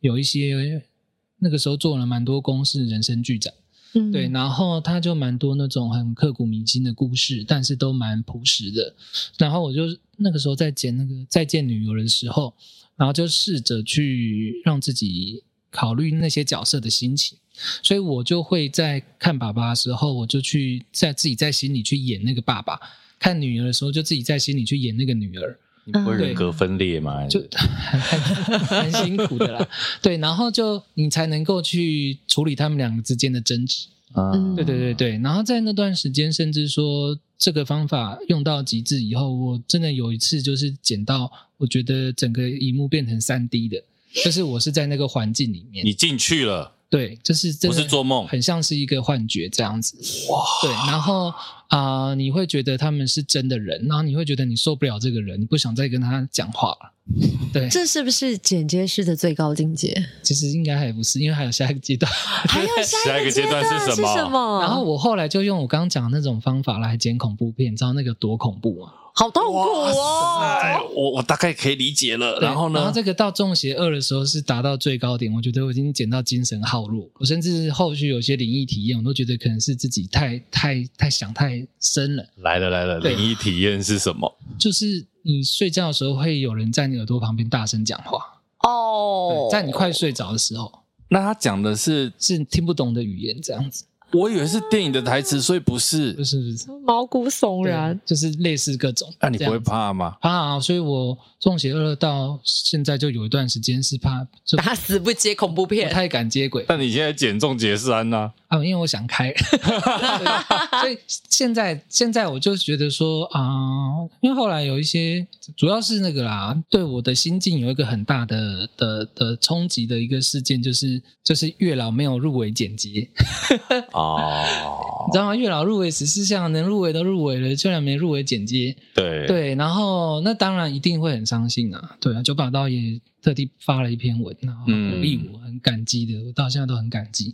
有一些，那个时候做了蛮多公式人生剧展，嗯对，然后他就蛮多那种很刻骨铭心的故事，但是都蛮朴实的。然后我就那个时候在剪那个《再见女友》的时候，然后就试着去让自己考虑那些角色的心情，所以我就会在看爸爸的时候，我就去在自己在心里去演那个爸爸；看女儿的时候，就自己在心里去演那个女儿。你不会人格分裂吗？嗯就很 很很辛苦的啦，对，然后就你才能够去处理他们两个之间的争执，啊嗯对对对对，然后在那段时间，甚至说这个方法用到极致以后，我真的有一次就是剪到，我觉得整个荧幕变成三 D 的，就是我是在那个环境里面你，进去了，对，就是真不的是做梦，很像是一个幻觉这样子。哇！对，然后啊、呃你会觉得他们是真的人，然后你会觉得你受不了这个人，你不想再跟他讲话了。对，这是不是剪接师的最高境界？其实应该还不是，因为还有下一个阶段。 还有下一个阶段是是什么么嗯然后我后来就用我刚刚讲的那种方法来剪恐怖片，你知道那个多恐怖吗？好痛苦哦！哎，我我大概可以理解了。对然后然呢后？这个到中邪二的时候是达到最高点，我觉得我已经减到精神耗弱，我甚至后续有些灵异体验，我都觉得可能是自己太太太想太深了。来了来了，对灵异体验是什么？就是你睡觉的时候会有人在你耳朵旁边大声讲话，哦对，在你快睡着的时候那他讲的是，是听不懂的语言，这样子，我以为是电影的台词，所以不。就是是毛骨悚对然。就是类似各种。那你不这会样子怕吗？怕啊？所以我中邪二到现在就有一段时间是怕，就打死不接恐怖不片，太敢接轨。但你现在减重结山呢？啊，因为我想开， 对所以现在现在我就觉得说啊、因为后来有一些，主要是那个啦，对我的心境有一个很大的的的冲击的一个事件，就是就是月老没有入围剪辑，哦，你知道吗？月老入围十四项，能入围都入围了，居然没入围剪接，对，对，然后那当然一定会很伤心啊，对啊，九把刀也特地发了一篇文，然后鼓嗯励我，很感激的，我到现在都很感激。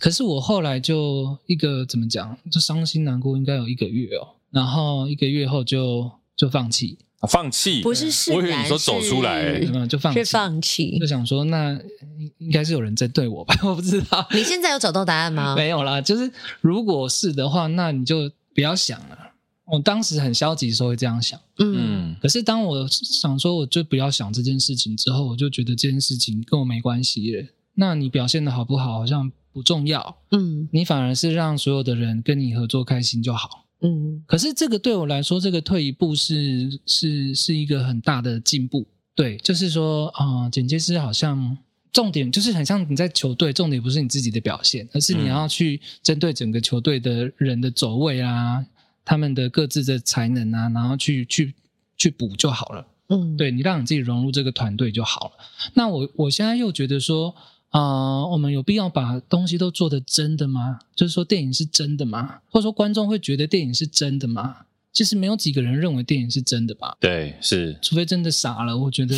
可是我后来就一个怎么讲，就伤心难过，应该有一个月哦，然后一个月后就就放弃，放弃不是释我然以为你说走出来对是吗？就放弃是，放弃就。想说那应应该是有人针对我吧， 我不知道，你现在有找到答案吗？没有啦，就是如果是的话，那你就不要想了。我当时很消极的时候会这样想。嗯，嗯，可是当我想说我就不要想这件事情之后，我就觉得这件事情跟我没关系了。那你表现的好不好好像不重要，嗯你反而是让所有的人跟你合作开心就好。嗯可是这个对我来说，这个退一步是是是一个很大的进步。对，就是说，啊、呃，剪接师好像重点就是很像你在球队，重点不是你自己的表现，而是嗯你要去针对整个球队的人的走位啊，他们的各自的才能啊，然后去去去补就好了。嗯，对你让你自己融入这个团队就好了。那我我现在又觉得说，啊、我们有必要把东西都做的真的吗？就是说电影是真的吗？或者说观众会觉得电影是真的吗？其实没有几个人认为电影是真的吧，对，是除非真的傻了。我觉得，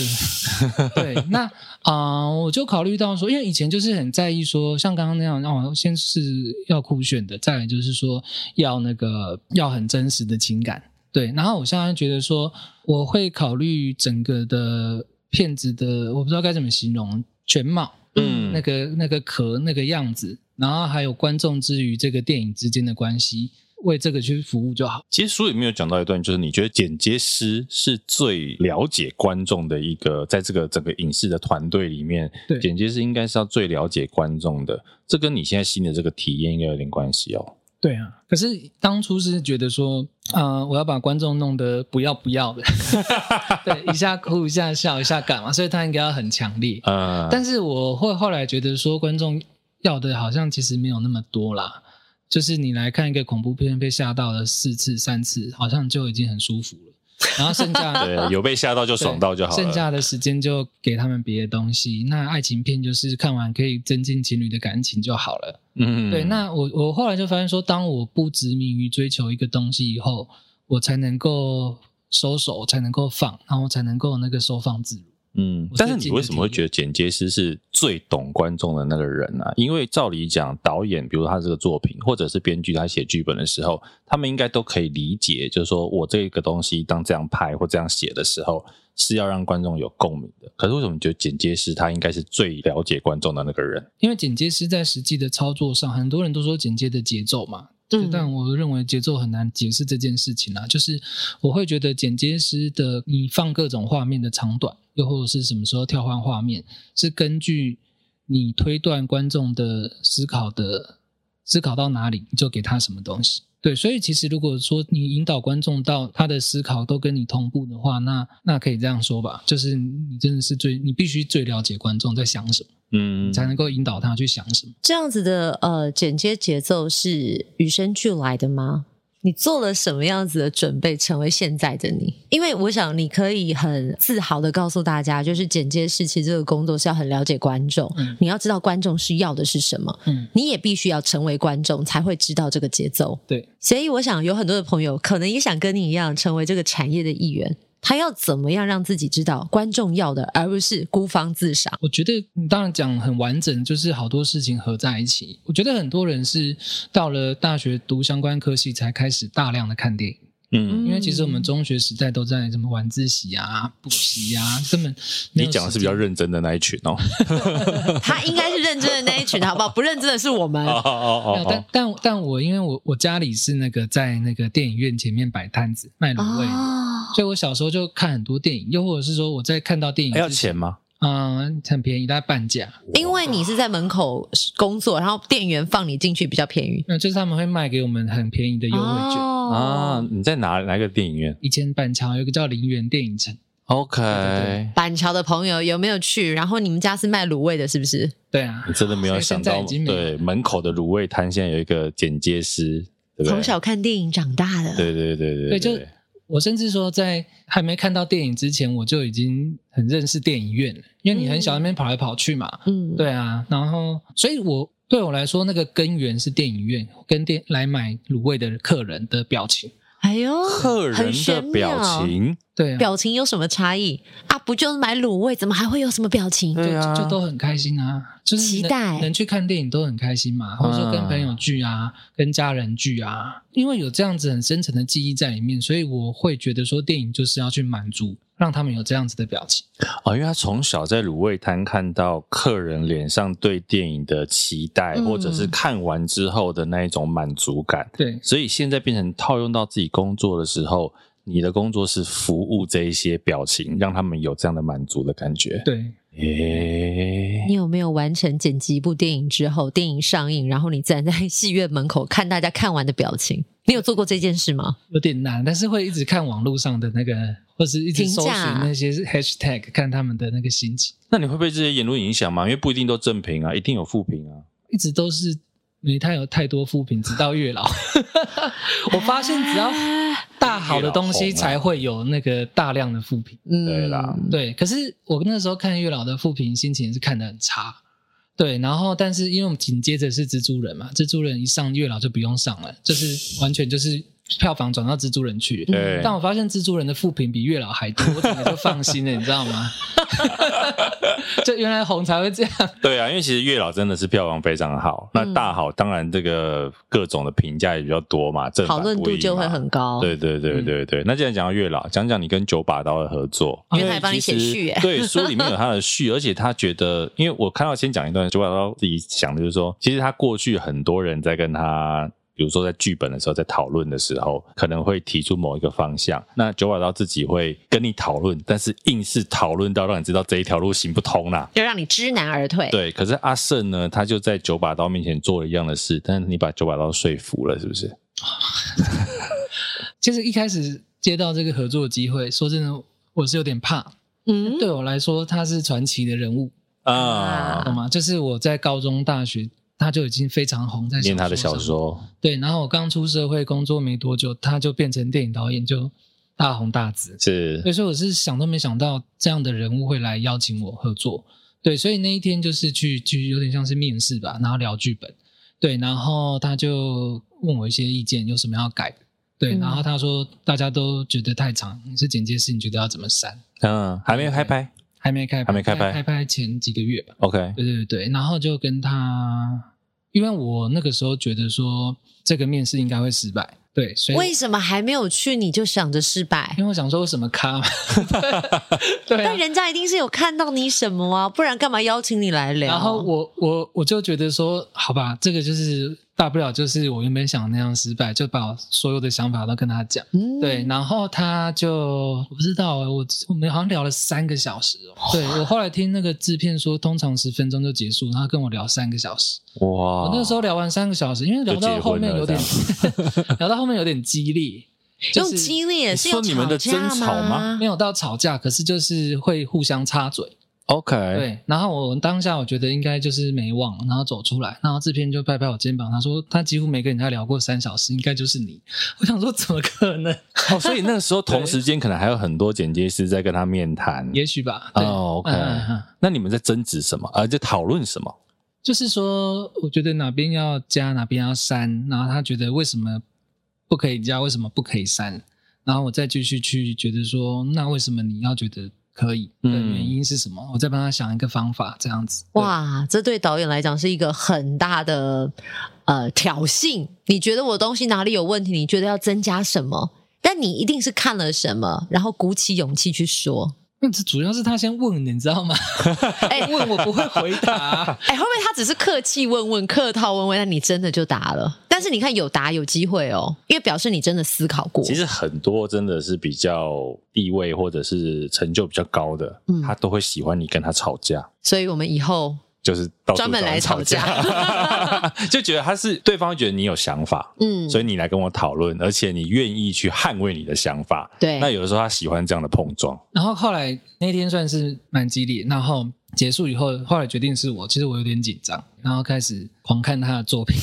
对，那啊、我就考虑到说，因为以前就是很在意说，像刚刚那样，让我先是要酷炫的，再来就是说要那个要很真实的情感。对，然后我现在觉得说，我会考虑整个的片子的，我不知道该怎么形容全貌，嗯那个那个壳那个样子，然后还有观众之于这个电影之间的关系，为这个去服务就好。其实书里面有讲到一段，就是你觉得剪接师是最了解观众的一个，在这个整个影视的团队里面，对剪接师应该是要最了解观众的。这跟你现在新的这个体验应该有点关系哦。对啊，可是当初是觉得说，啊，我要把观众弄得不要不要的， 对，一下哭一下笑一下干嘛，所以他应该要很强烈。呃，但是我会后来觉得说，观众要的好像其实没有那么多啦。就是你来看一个恐怖片被吓到了四次、三次，好像就已经很舒服了。然后剩下 对，有被吓到就爽到就好了。剩下的时间就给他们别的东西。那爱情片就是看完可以增进情侣的感情就好了。嗯对，那我我后来就发现说，当我不执迷于追求一个东西以后，我才能够收手，才能够放，然后才能够那个收放自如。嗯我，但最是你近为的什么会体觉得剪接师是最懂观众的那个人呢、啊？因为照理讲，导演比如他这个作品，或者是编剧他写剧本的时候，他们应该都可以理解，就是说我这个东西当这样拍或这样写的时候，是要让观众有共鸣的。可是为什么你觉得剪接师他应该是最了解观众的那个人？因为剪接师在实际的操作上，很多人都说剪接的节奏嘛，嗯对但我认为节奏很难解释这件事情啊。就是我会觉得剪接师的你放各种画面的长短，又或者是什么时候跳换画面，是根据你推断观众的思考的思考到哪里，你就给他什么东西。对，所以其实如果说你引导观众到他的思考都跟你同步的话，那那可以这样说吧，就是你真的是最你必须最了解观众在想什么。嗯你才能够引导他去想什么。这样子的呃剪接节奏是与生俱来的吗？你做了什么样子的准备，成为现在的你？因为我想你可以很自豪的告诉大家，就是剪接师其实这个工作是要很了解观众，嗯你要知道观众需要的是什么，嗯，你也必须要成为观众才会知道这个节奏。对，所以我想有很多的朋友可能也想跟你一样成为这个产业的一员，他要怎么样让自己知道观众要的，而不是孤芳自赏？我觉得你当然讲很完整，就是好多事情合在一起。我觉得很多人是到了大学读相关科系才开始大量的看电影，嗯，因为其实我们 中学时代都在什么晚自习啊、补习啊， 根本你没有讲的是时比较间认真的那一群哦。 他应该是认真的那一群，好不好？不认真的是我们。啊哦哦没有但但但我因为我我家里是那个在那个电影院前面摆摊子卖卤味的，哦，所以我小时候就看很多电影，又或者是说我在看到电影还要之钱前，吗？嗯，很便宜，大概半价。因为你是在门口工作，然后店员放你进去比较便宜那就是他们会卖给我们很便宜的优惠券。啊哦，，你在哪哪一个电影院以前板桥有一个叫林园电影城， ？OK，对板桥的朋友有没有去？然后你们家是卖卤味的，是不是？对啊你，真的没有所以想现在到，已经没有对门口的卤味摊现在有一个剪接师，对不对？从小看电影长大的，对，对对对对就我甚至说在还没看到电影之前，我就已经很认识电影院了，因为你很小在那边跑来跑去嘛，嗯，对啊，然后所以我对我来说，那个根源是电影院跟电来买卤味的客人的表情，哎呦，客人很的玄妙表情，对啊，表情有什么差异啊？不就是买卤味，怎么还会有什么表情？对啊就就都很开心啊，就是期能待能去看电影都很开心嗯嘛，或者说跟朋友聚啊，跟家人聚啊，因为有这样子很深层的记忆在里面，所以我会觉得说电影就是要去满足，让他们有这样子的表情。哦，因为他从小在卤味摊看到客人脸上对电影的期待，嗯或者是看完之后的那一种满足感，对，所以现在变成套用到自己工作的时候，你的工作是服务这一些表情，让他们有这样的满足的感觉。对，诶、你有没有完成剪辑一部电影之后，电影上映，然后你站在戏院门口看大家看完的表情？你有做过这件事吗？有点难，但是会一直看网络上的那个，或是一直评搜寻价那些 hashtag，看他们的那个心情，那你会被这些言论影响吗？因为不一定都正评啊，一定有负评啊。一直都是。没太有太多负评，直到月老， 我发现只要大好的东月西老红啊才会有那个大量的负评。嗯，对啦，对，可是我那时候看月老的复评，心情也是看得很差。对，然后但是因为我们紧接着是蜘蛛人嘛，蜘蛛人一上月老就不用上了，就是完全就是票房转到蜘蛛人去。对但我发现蜘蛛人的复评比月老还多，我整个就放心了，你知道吗？ 就原来红才会这样。 对啊，因为其实月老真的是票房非常好，嗯那大好当然这个各种的评价也比较多嘛，正反讨论不度一嘛就会很高。嗯对对对对对，那既然讲到月老，讲讲你跟九把刀的合作，哦因为他还帮你写序耶因为其实对，书里面有他的序，而且他觉得，因为我看到先讲一段，九把刀自己想的就是说，其实他过去很多人在跟他。比如说，在剧本的时候，在讨论的时候，可能会提出某一个方向。那九把刀自己会跟你讨论，但是硬是讨论到让你知道这一条路行不通啦、啊就让你知难而退。对，可是阿胜呢，他就在九把刀面前做了一样的事，但是你把九把刀说服了，是不是？其实一开始接到这个合作的机会，说真的，我是有点怕。嗯，对我来说，他是传奇的人物，啊，懂吗？就是我在高中、大学，他就已经非常红，在念他的小小上说，对，然后我刚出社会工作没多久，他就变成电影导演，就大红大紫。是对，所以我是想都没想到这样的人物会来邀请我合作。对，所以那一天就是去去有点像是面试吧，然后聊剧本。对，然后他就问我一些意见，有什么要改的。对，嗯然后他说大家都觉得太长，是简介是你觉得要怎么删？嗯，还没开拍还没开拍，还没开拍大概开拍前几个月吧。 ，OK，对对对，然后就跟他，因为我那个时候觉得说这个面试应该会失败，对，所以为什么还没有去你就想着失败？因为我想说为什么 咖，对啊但，人家一定是有看到你什么啊，不然干嘛邀请你来聊？然后我我我就觉得说，好吧，这个就是大不了就是我原本想那样失败，就把我所有的想法都跟他讲。嗯对，然后他就我不知道欸，我我们好像聊了三个小时哦。对我后来听那个制片说，通常十分钟就结束，然后他跟我聊三个小时。哇我那时候聊完三个小时，因为聊到后面有点就 聊到后面有点激烈，就用是激烈是你有说你们的吵争架吵吗吗？没有到吵架，可是就是会互相插嘴。 OK，对，然后我当下我觉得应该就是没忘，然后走出来，然后制片就拍拍我肩膀，他说他几乎没跟人家聊过三小时，应该就是你。 我想说怎么可能？哦，所以那个时候同时间可能还有很多剪接师在跟他面谈。也许吧。对哦，OK，嗯嗯嗯那你们在争执什么？呃，在讨论什么？就是说，我觉得哪边要加，哪边要删，然后他觉得为什么不可以加，为什么不可以删，然后我再继续去觉得说，那为什么你要觉得可以的嗯原因是什么？我再帮他想一个方法，这样子。对，哇，这对导演来讲是一个很大的呃挑衅。你觉得我东西哪里有问题？你觉得要增加什么？但你一定是看了什么，然后鼓起勇气去说。那这主要是他先问你，你知道吗？ 哎 问我不会回答。啊哎，会不会他只是客气问问、客套问问，那你真的就答了？但是你看有答有机会哦，因为表示你真的思考过。其实很多真的是比较地位或者是成就比较高的，嗯他都会喜欢你跟他吵架，所以我们以后就是到处专门找人来吵吵架，就觉得他是对方觉得你有想法，嗯，所以你来跟我讨论，而且你愿意去捍卫你的想法。对那有的时候他喜欢这样的碰撞，然后后来那天算是蛮激烈，然后结束以后，后来决定是我，其实我有点紧张，然后开始狂看他的作品，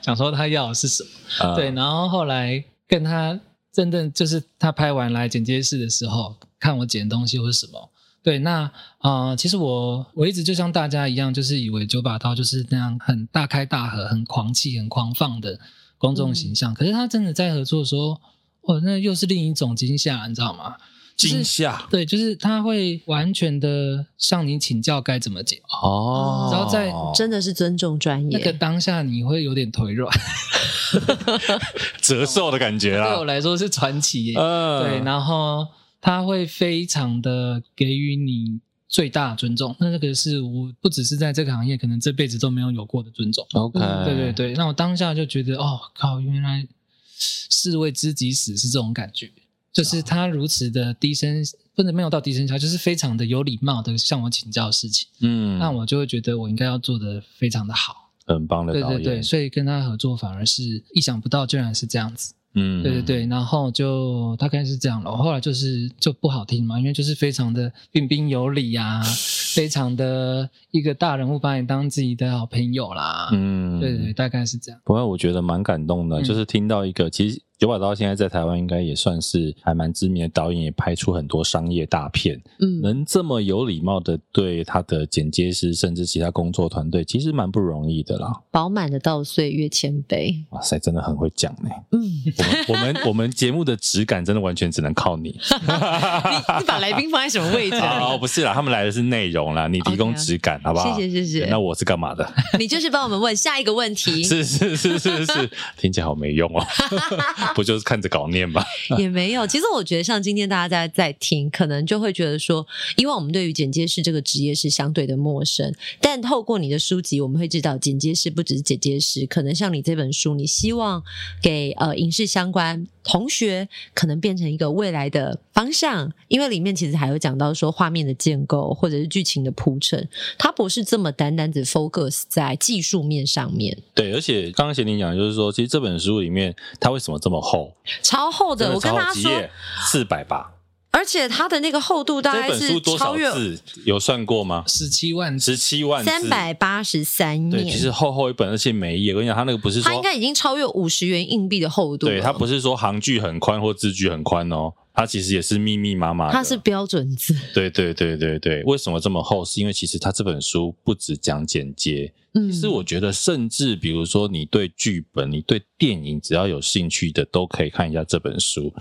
想说他要的是什么。呃对，，然后后来跟他真正就是他拍完来剪接室的时候，看我剪的东西或是什么。对，那呃，其实我我一直就像大家一样，就是以为九把刀就是那样很大开大合、很狂气、很狂放的公众形象。可是他真的在合作的时候，哦，那又是另一种惊吓，你知道吗？就是惊吓对，就是他会完全的向你请教该怎么剪，哦，然后在真的是尊重专业。那个当下你会有点腿软。折寿的感觉 对我啦，来说是传奇耶，啊嗯对，然后他会非常的给予你最大的尊重，那这个是我不只是在这个行业，可能这辈子都没有有过的尊重。 OK，嗯对对对，那我当下就觉得，哦靠，原来士为知己死是这种感觉，啊就是他如此的低声，不能没有到低声下，就是非常的有礼貌的向我请教事情，嗯，那我就会觉得我应该要做的非常的好，很棒的对导对演，对，所以跟他合作反而是意想不到，居然是这样子。嗯，对对对，然后就大概是这样了。后来就是就不好听嘛，因为就是非常的彬彬有礼啊，非常的一个大人物把你当自己的好朋友啦。嗯，对对对，大概是这样。不过我觉得蛮感动的，嗯就是听到一个，其实九把刀现在在台湾应该也算是还蛮知名的导演，也拍出很多商业大片，嗯，能这么有礼貌的对他的剪接师，甚至其他工作团队，其实蛮不容易的啦。饱满的到岁月谦 卑。哇塞，真的很会讲呢、嗯，我们我们我们节目的质感真的完全只能 靠你你把来宾放在什么位置啊？啊、哦！不是啦，他们来的是内容啦，你提供 OK 质感好不好？谢谢谢谢那我是干嘛的？ 你就是帮我们问下一个问 题，是是是 是是，听起来好没用哦，不就是看着稿念吗？啊也没有。其实我觉得，像今天大家在在听，可能就会觉得说，因为我们对于剪接师这个职业是相对的陌生，但透过你的书籍，我们会知道剪接师不只是剪接师，可能像你这本书，你希望给呃影视相关同学可能变成一个未来的方向，因为里面其实还有讲到说画面的建构或者是剧情的铺陈，它不是这么单单只 focus 在技术面上面，对，而且刚刚贤玲讲，就是说，其实这本书里面它为什么这么厚？超厚真的。我跟超大家几说，页，四百吧。而且它的那个厚度大这概本是书多超少越字？有算过吗？十七万字，十七万字，三百八十三对，其页，实厚厚一本，而且每一页，我跟你讲，它那个不是它应说，该已经超越五十元硬币的厚度了。对，它不是说行距很宽或字距很宽哦，它其实也是密密麻麻的。它是标准字，对对对对对，为什么这么厚？是因为其实它这本书不只讲简介，嗯，其实我觉得，甚至比如说你对剧本、你对电影只要有兴趣的，都可以看一下这本书。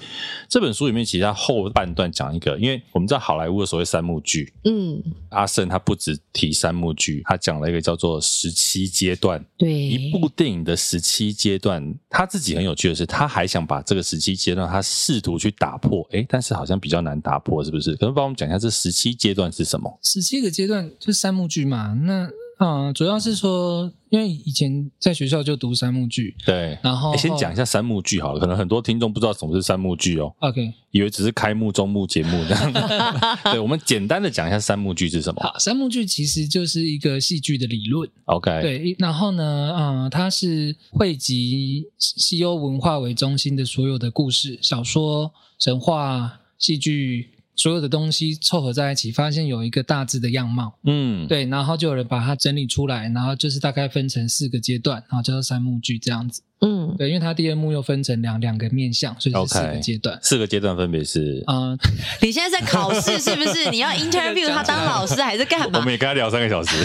这本书里面其实它后半段讲一个，因为我们知道好莱坞的所谓三幕剧，嗯，阿胜他不只提三幕剧，他讲了一个叫做十七阶段。一对，部电影的十七阶段，他自己很有趣的是，他还想把这个十七阶段，他试图去打破，诶，但是好像比较难打破，是不是？可能帮我们讲一下这十七阶段是什么？十七个阶段就是三幕剧嘛。那啊、呃主要是说，因为以前在学校就读三幕剧，对，然后诶先讲一下三幕剧好了，可能很多听众不知道什么是三幕剧哦， OK，以为只是开幕、中幕、节目这样。 对，我们简单的讲一下三幕剧是什么。好，三幕剧其实就是一个戏剧的理论。 OK，对，然后呢，呃，它是汇集西欧文化为中心的所有的故事、小说、神话、戏剧，所有的东西凑合在一起，发现有一个大致的样貌。嗯，对，然后就有人把它整理出来，然后就是大概分成四个阶段，然后叫做三幕剧这样子。嗯，对，因为它第二幕又分成两两个面向，所以是四个 OK 阶段。四个阶段分别是，啊、你现在在考 试是不是？你要 interview 他当老师还是干我嘛们？也跟他聊三个小时。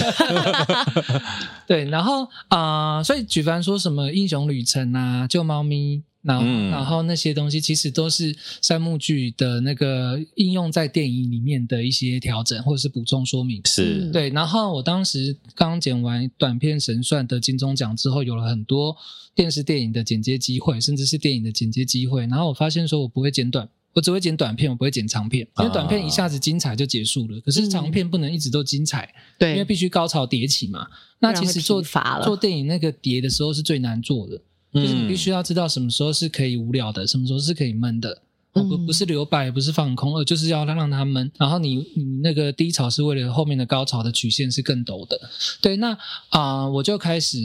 对，然后啊、呃所以举凡说什么英雄旅程啊、救猫咪，然后、嗯然后那些东西，其实都是三幕剧的那个应用在电影里面的一些调整或者是补充说明。是，嗯对，然后我当时刚剪完短片《神算》的金钟奖之后，有了很多电视电影的剪接机会，甚至是电影的剪接机会。然后我发现说我不会剪短，我只会剪短片，我不会剪长片，因为短片一下子精彩就结束了，可是长片不能一直都精彩。因为对，必须高潮迭起嘛。那其实做不然会疲乏了嗯做电影那个叠的时候是最难做的，就是你必须要知道什么时候是可以无聊的，什么时候是可以闷的。哦不嗯不是留白，不是放空，而就是要让让他闷。然后你你那个低潮是为了后面的高潮的曲线是更陡的。对，那啊、我就开始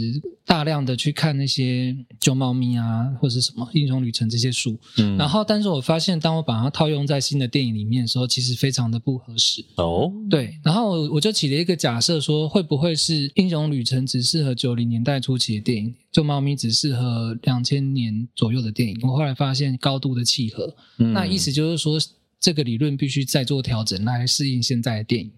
大量的去看那些《救猫咪》啊，或者什么《英雄旅程》这些书。嗯然后，但是我发现，当我把它套用在新的电影里面的时候，其实非常的不合适。哦，对，然后我我就起了一个假设，说会不会是《英雄旅程》只适合九零年代初期的电影，《救猫咪》只适合两千年左右的电影？我后来发现高度的契合，嗯那意思就是说，这个理论必须再做调整来适应现在的电影。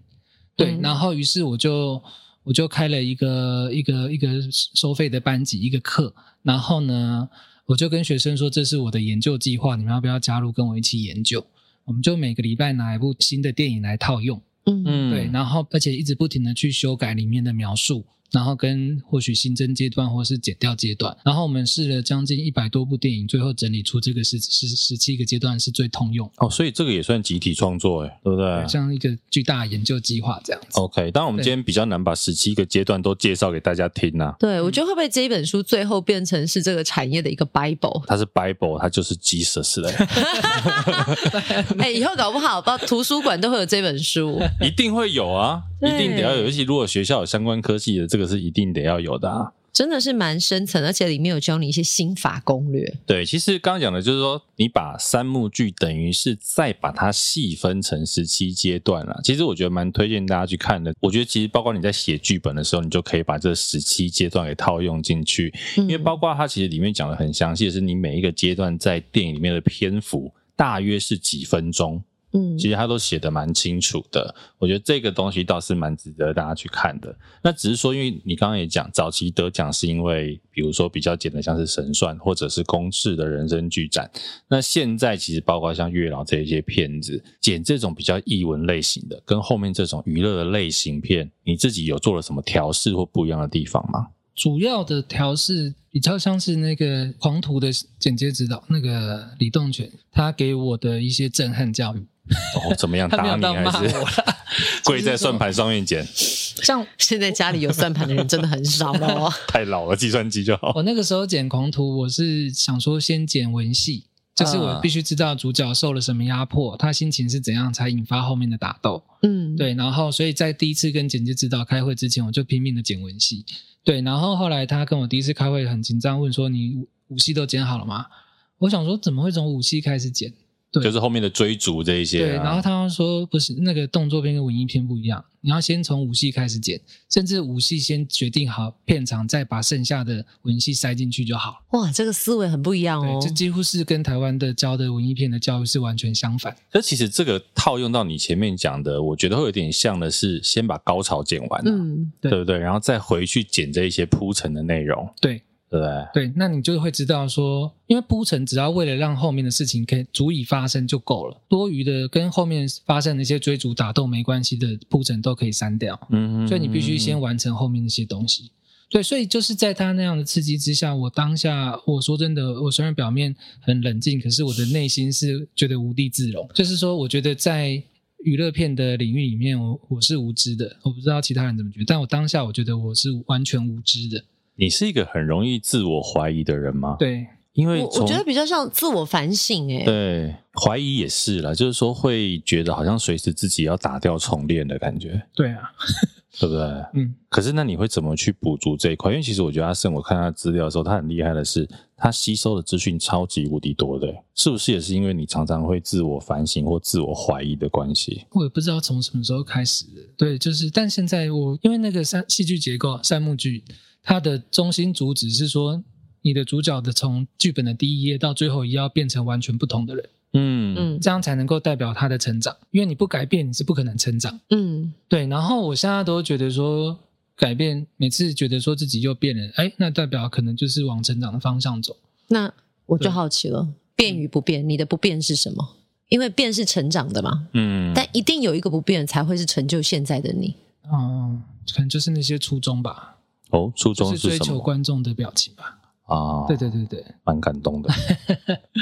对，嗯然后于是我就我就开了一个一个一个收费的班级一个课，然后呢，我就跟学生说，这是我的研究计划，你们要不要加入跟我一起研究？我们就每个礼拜拿一部新的电影来套用。嗯嗯对，然后而且一直不停的去修改里面的描述，然后跟或许新增阶段或是减掉阶段，然后我们试了将近一百多部电影，最后整理出这个是是十七个阶段是最通用的，哦，所以这个也算集体创作，哎，对不对？哦这样一个巨大的研究计划这样子。 OK，当然我们对今天比较难把十七个阶段都介绍给大家听啊呐、对，我觉得会不会这一本书最后变成是这个产业的一个 Bible？它是 Bible，它就是 Jesus 嘞，哎、以后搞不好，到图书馆都会有这本书。一定会有啊，对一定得要有。尤其如果学校有相关科系的，这个是一定得要有的啊。真的是蛮深层，而且里面有教你一些心法攻略。对，其实刚刚讲的就是说，你把三幕剧等于是再把它细分成十七阶段了。其实我觉得蛮推荐大家去看的。我觉得其实包括你在写剧本的时候，你就可以把这十七阶段给套用进去，嗯因嗯为包括它其实里面讲的很详细，是你每一个阶段在电影里面的篇幅大约是几分钟。嗯其实他都写的蛮清楚的，我觉得这个东西倒是蛮值得大家去看的。那只是说，因为你刚刚也讲，早期得奖是因为，比如说比较简单，像是神算或者是公式的人生剧展。那现在其实包括像月老这一些片子，剪这种比较译文类型的，跟后面这种娱乐的类型片，你自己有做了什么调试或不一样的地方吗？主要的调试比较像是那个狂徒的剪接指导，那个李栋全他给我的一些震撼教育，哦，怎么样他没打有你到还骂是我啦 跪在算盘上面剪？ 像现在家里有算盘的人真的很少 哦。太老了，计算机就好。我那个时候剪狂徒，我是想说先剪文戏，就是我必须知道主角受了什么压迫，他心情是怎样，才引发后面的打斗。嗯，，对，然后所以在第一次跟剪接指导开会之前，我就拼命的剪文戏。对，然后后来他跟我第一次开会很紧张，问说你武武戏都剪好了吗？我想说怎么会从武戏开始剪？对就是后面的追逐这一对，些啊、然后他们说不是那个动作片跟文艺片不一样，你要先从武戏开始剪，甚至武戏先决定好片场，再把剩下的文戏塞进去就好。哇，这个思维很不一样哦对，这。几乎是跟台湾的教的文艺片的教育是完全相反。可其实这个套用到你前面讲的，我觉得会有点像的是，先把高潮剪完、啊，嗯，对对不对？然后再回去剪这一些铺陈的内容，对对不对？对，那你就会知道说，因为铺陈只要为了让后面的事情可以足以发生就够了，多余的跟后面发生的一些追逐打斗没关系的铺陈都可以删掉。嗯所以你必须先完成后面那些东西。对，所以就是在他那样的刺激之下，我当下我说真的，我虽然表面很冷静，可是我的内心是觉得无地自容。就是说，我觉得在娱乐片的领域里面，我我是无知的，我不知道其他人怎么觉得，但我当下我觉得我是完全无知的。你是一个很容易自我怀疑的人吗？，对，因为我从我觉得比较像自我反省哎、对怀疑也是啦，就是说会觉得好像随时自己要打掉重练的感觉，对啊，对不对？嗯，可是那你会怎么去补足这一块？因为其实我觉得阿胜，我看他资料的时候，他很厉害的是，他吸收的资讯超级无敌多的，是不是也是因为你常常会自我反省或自我怀疑的关系？我也不知道从什么时候开始的。对，就是，但现在我因为那个三戏剧结构啊三幕剧，它的中心主旨是说，你的主角的从剧本的第一页到最后一页要变成完全不同的人，嗯嗯这样才能够代表他的成长。因为你不改变，你是不可能成长。嗯，对，然后我现在都觉得说。改变，每次觉得说自己又变了，哎，那代表可能就是往成长的方向走。那我就对好奇了，变与不变，你的不变是什么？因为变是成长的嘛，嗯，但一定有一个不变才会是成就现在的你。嗯，可能就是那些初衷吧，哦，初就衷是追什求么观众的表情吧。啊？对，对对对，蛮感动 的。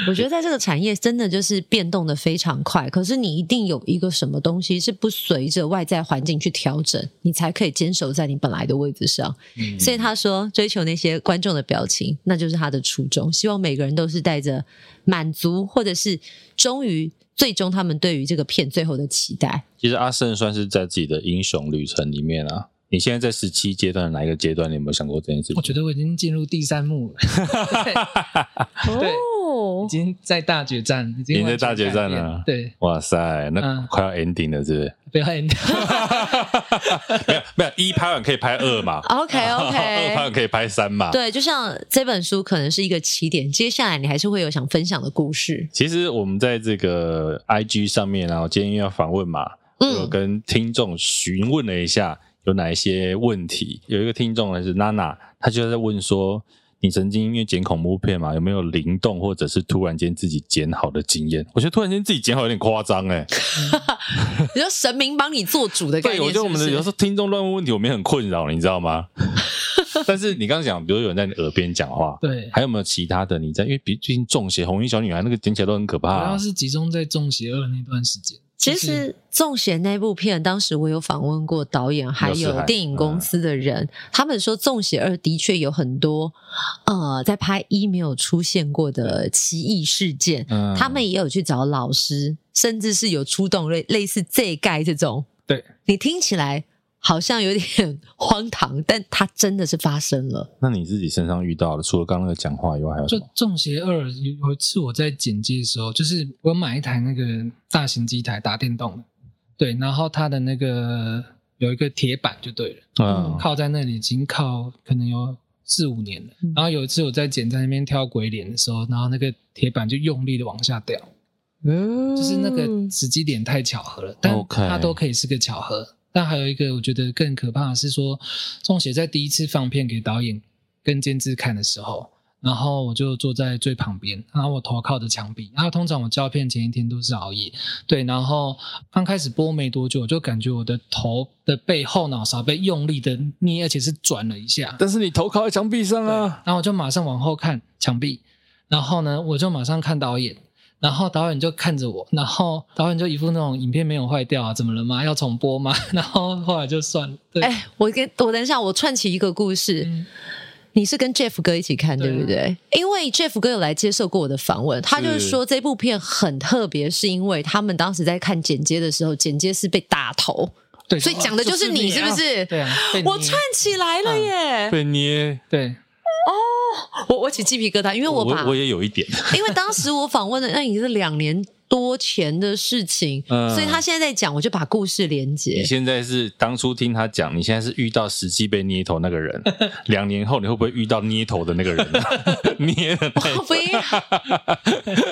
我觉得在这个产业真的就是变动的非常快，可是你一定有一个什么东西是不随着外在环境去调整，你才可以坚守在你本来的位置上。嗯所以他说追求那些观众的表情，那就是他的初衷。希望每个人都是带着满足，或者是终于最终他们对于这个片最后的 期待。其实阿胜算是在自己的英雄旅程里面啊。你现在在十七阶段的哪一个阶段？你有没有想过这件事情？我觉得我已经进入第三幕了，对已哦，经在大决战，已经已经在完全大决战改变了对，哇塞，那嗯快要 ending 了，是不是？不要 end。没有没有，一拍完可以拍二嘛 OK，OK 然后二拍完可以拍三嘛。对，就像这本书可能是一个起点，接下来你还是会有想分享的故事。其实我们在这个 IG 上面啊，然后今天因为要访问嘛，我嗯有跟听众询问了一下有哪一些问题。有一个听众呢是娜娜，她就在问说，你曾经因为剪恐怖片嘛，有没有灵动或者是突然间自己剪好的经验？我觉得突然间自己剪好有点夸张哎、你说神明帮你做主的对，概念我是不是，觉得我们的有时候听众乱问问题，我们也很困扰，你知道 吗？但是你刚刚讲，比如有人在你耳边讲话，对，还有没有其他的？你在因为毕竟中邪红衣小女孩那个剪起来都很可怕、主啊要，是集中在《中邪二》那段时间。其就是实《中邪》那部片，当时我有访问过导演，还刘世有海电影公司的人，他们说《中邪二》的确有很多呃，在拍一没有出现过的奇异事件，嗯他们也有去找老师，甚至是有出动类类似这一盖这种。对你听起来好像有点荒唐，但它真的是发生了。那你自己身上遇到的，除了刚刚那个讲话以外，还有什就《么？中邪二》有一次我在剪接的时候，就是我买一台那个大型机台打电动的，对，然后它的那个有一个铁板就对了，嗯，靠在那里已经靠可能有四五年了。嗯然后有一次我在剪在那边挑鬼脸的时候，然后那个铁板就用力的往下掉。嗯就是那个时机点太巧合了，但 OK 它都可以是个巧合。但还有一个我觉得更可怕的是说，钟写在第一次放片给导演跟监制看的时候，然后我就坐在最旁边，然后我头靠着墙壁。然后通常我胶片前一天都是熬夜，对。然后刚开始播没多久，我就感觉我的头的背后脑勺被用力的捏，而且是转了一下。但是你头靠在墙壁上啊，然后我就马上往后看墙壁，然后呢，我就马上看导演，然后导演就看着我，然后导演就一副那种影片没有坏掉啊，怎么了吗？要重播吗？ 然后后来就算了，对，哎、我跟我等一下，我串起一个故事。嗯你是跟 Jeff 哥一起看对对啊不对？因为 Jeff 哥有来接受过我的访问，他就是说这部片很特别，是因为他们当时在看剪接的时候，剪接是被打头，对，所以讲的就就是你是不是啊对啊，被你我串起来了耶！被捏。对我我起鸡皮疙瘩，因为我我把我也有一点，因为当时我访问的，那已经是两年多钱的事情，嗯所以他现在在讲，我就把故事连你接。现在是当初听他讲，你现在是遇到实际被捏头那个 人，两年后你会不会遇到捏头的那个人？啊 捏的那 不要，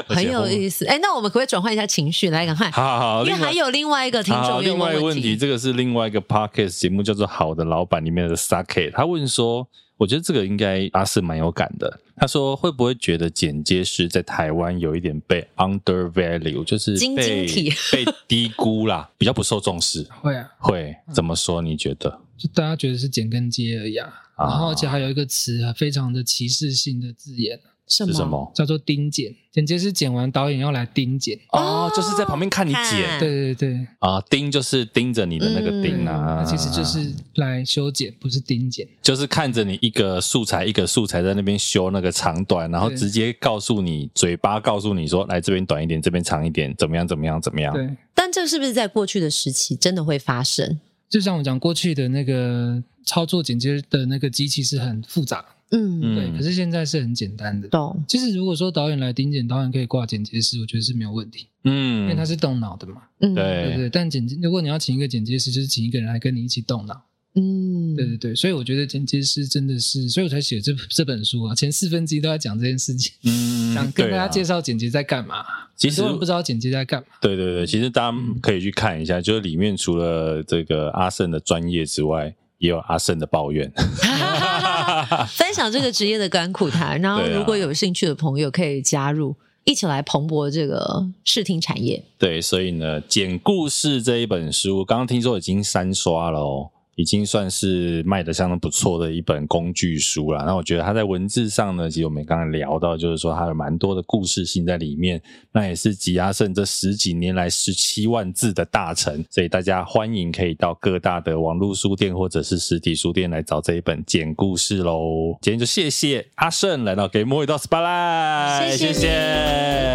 很有意思。哎，那我们可不可以转换一下情绪来赶快？好好好，因为另外还有另外一个听好，众有另外一问个问题，，这个是另外一个 podcast 节目叫做《好的老板》里面的 Sake，他问说，我觉得这个应该阿四蛮有感的。他说会不会觉得剪接师在台湾有一点被 undervalue，就是晶被晶体被低 估啦，比较不受重视？会啊，会嗯怎么说？你觉得？就大家觉得是剪跟接而已啊。啊然后而且还有一个词啊，非常的歧视性的字眼，啊什是什么？么？叫做盯剪。剪接是剪完导演要来盯剪，哦，就是在旁边看你剪哦看对对对，啊，盯就是盯着你的那个盯嗯啊，那其实就是来修剪，不是盯剪。就是看着你一个素材一个素材在那边修那个长短，然后对直接告诉你嘴巴告诉你说，来这边短一点，这边长一点，怎么样怎么样怎么样。对，但这是不是在过去的时期真的会发生？就像我讲过去的那个操作剪接的那个机器是很复杂，嗯，对，可嗯，是现在是很简单的。懂。其实如果说导演来盯剪，导演可以挂剪接师，我觉得是没有问题，因为他嗯，是动脑的嘛。嗯，对对对，对，但剪接如果你要请一个剪接师，就是请一个人来跟你一起动脑。嗯， 对对对，所以我觉得剪接师真的是，所以我才写这这本书啊，前四分之一都在讲这件事情，想嗯，跟对大家啊，介绍剪接在干嘛。其很实多人不知道剪接在干嘛。对对对，其实大家可以去看一下，就是里面除了这个阿胜的专业之外，也有阿胜的抱怨。分享这个职业的甘苦谈，然后对啊如果有兴趣的朋友可以加入，一起来蓬勃这个视听产业。对，所以呢，《简故事》这一本书，刚刚听说已经三刷了哦，已经算是卖的相当不错的一本工具书了。那我觉得它在文字上呢，其实我们刚刚聊到，就是说它有蛮多的故事性在里面。那也是吉亚胜这十几年来十七万字的大成，所以大家欢迎可以到各大的网络书店或者是实体书店来找这一本《简故事》喽。今天就谢谢阿胜来到给摸一道 SPA 啦，谢谢谢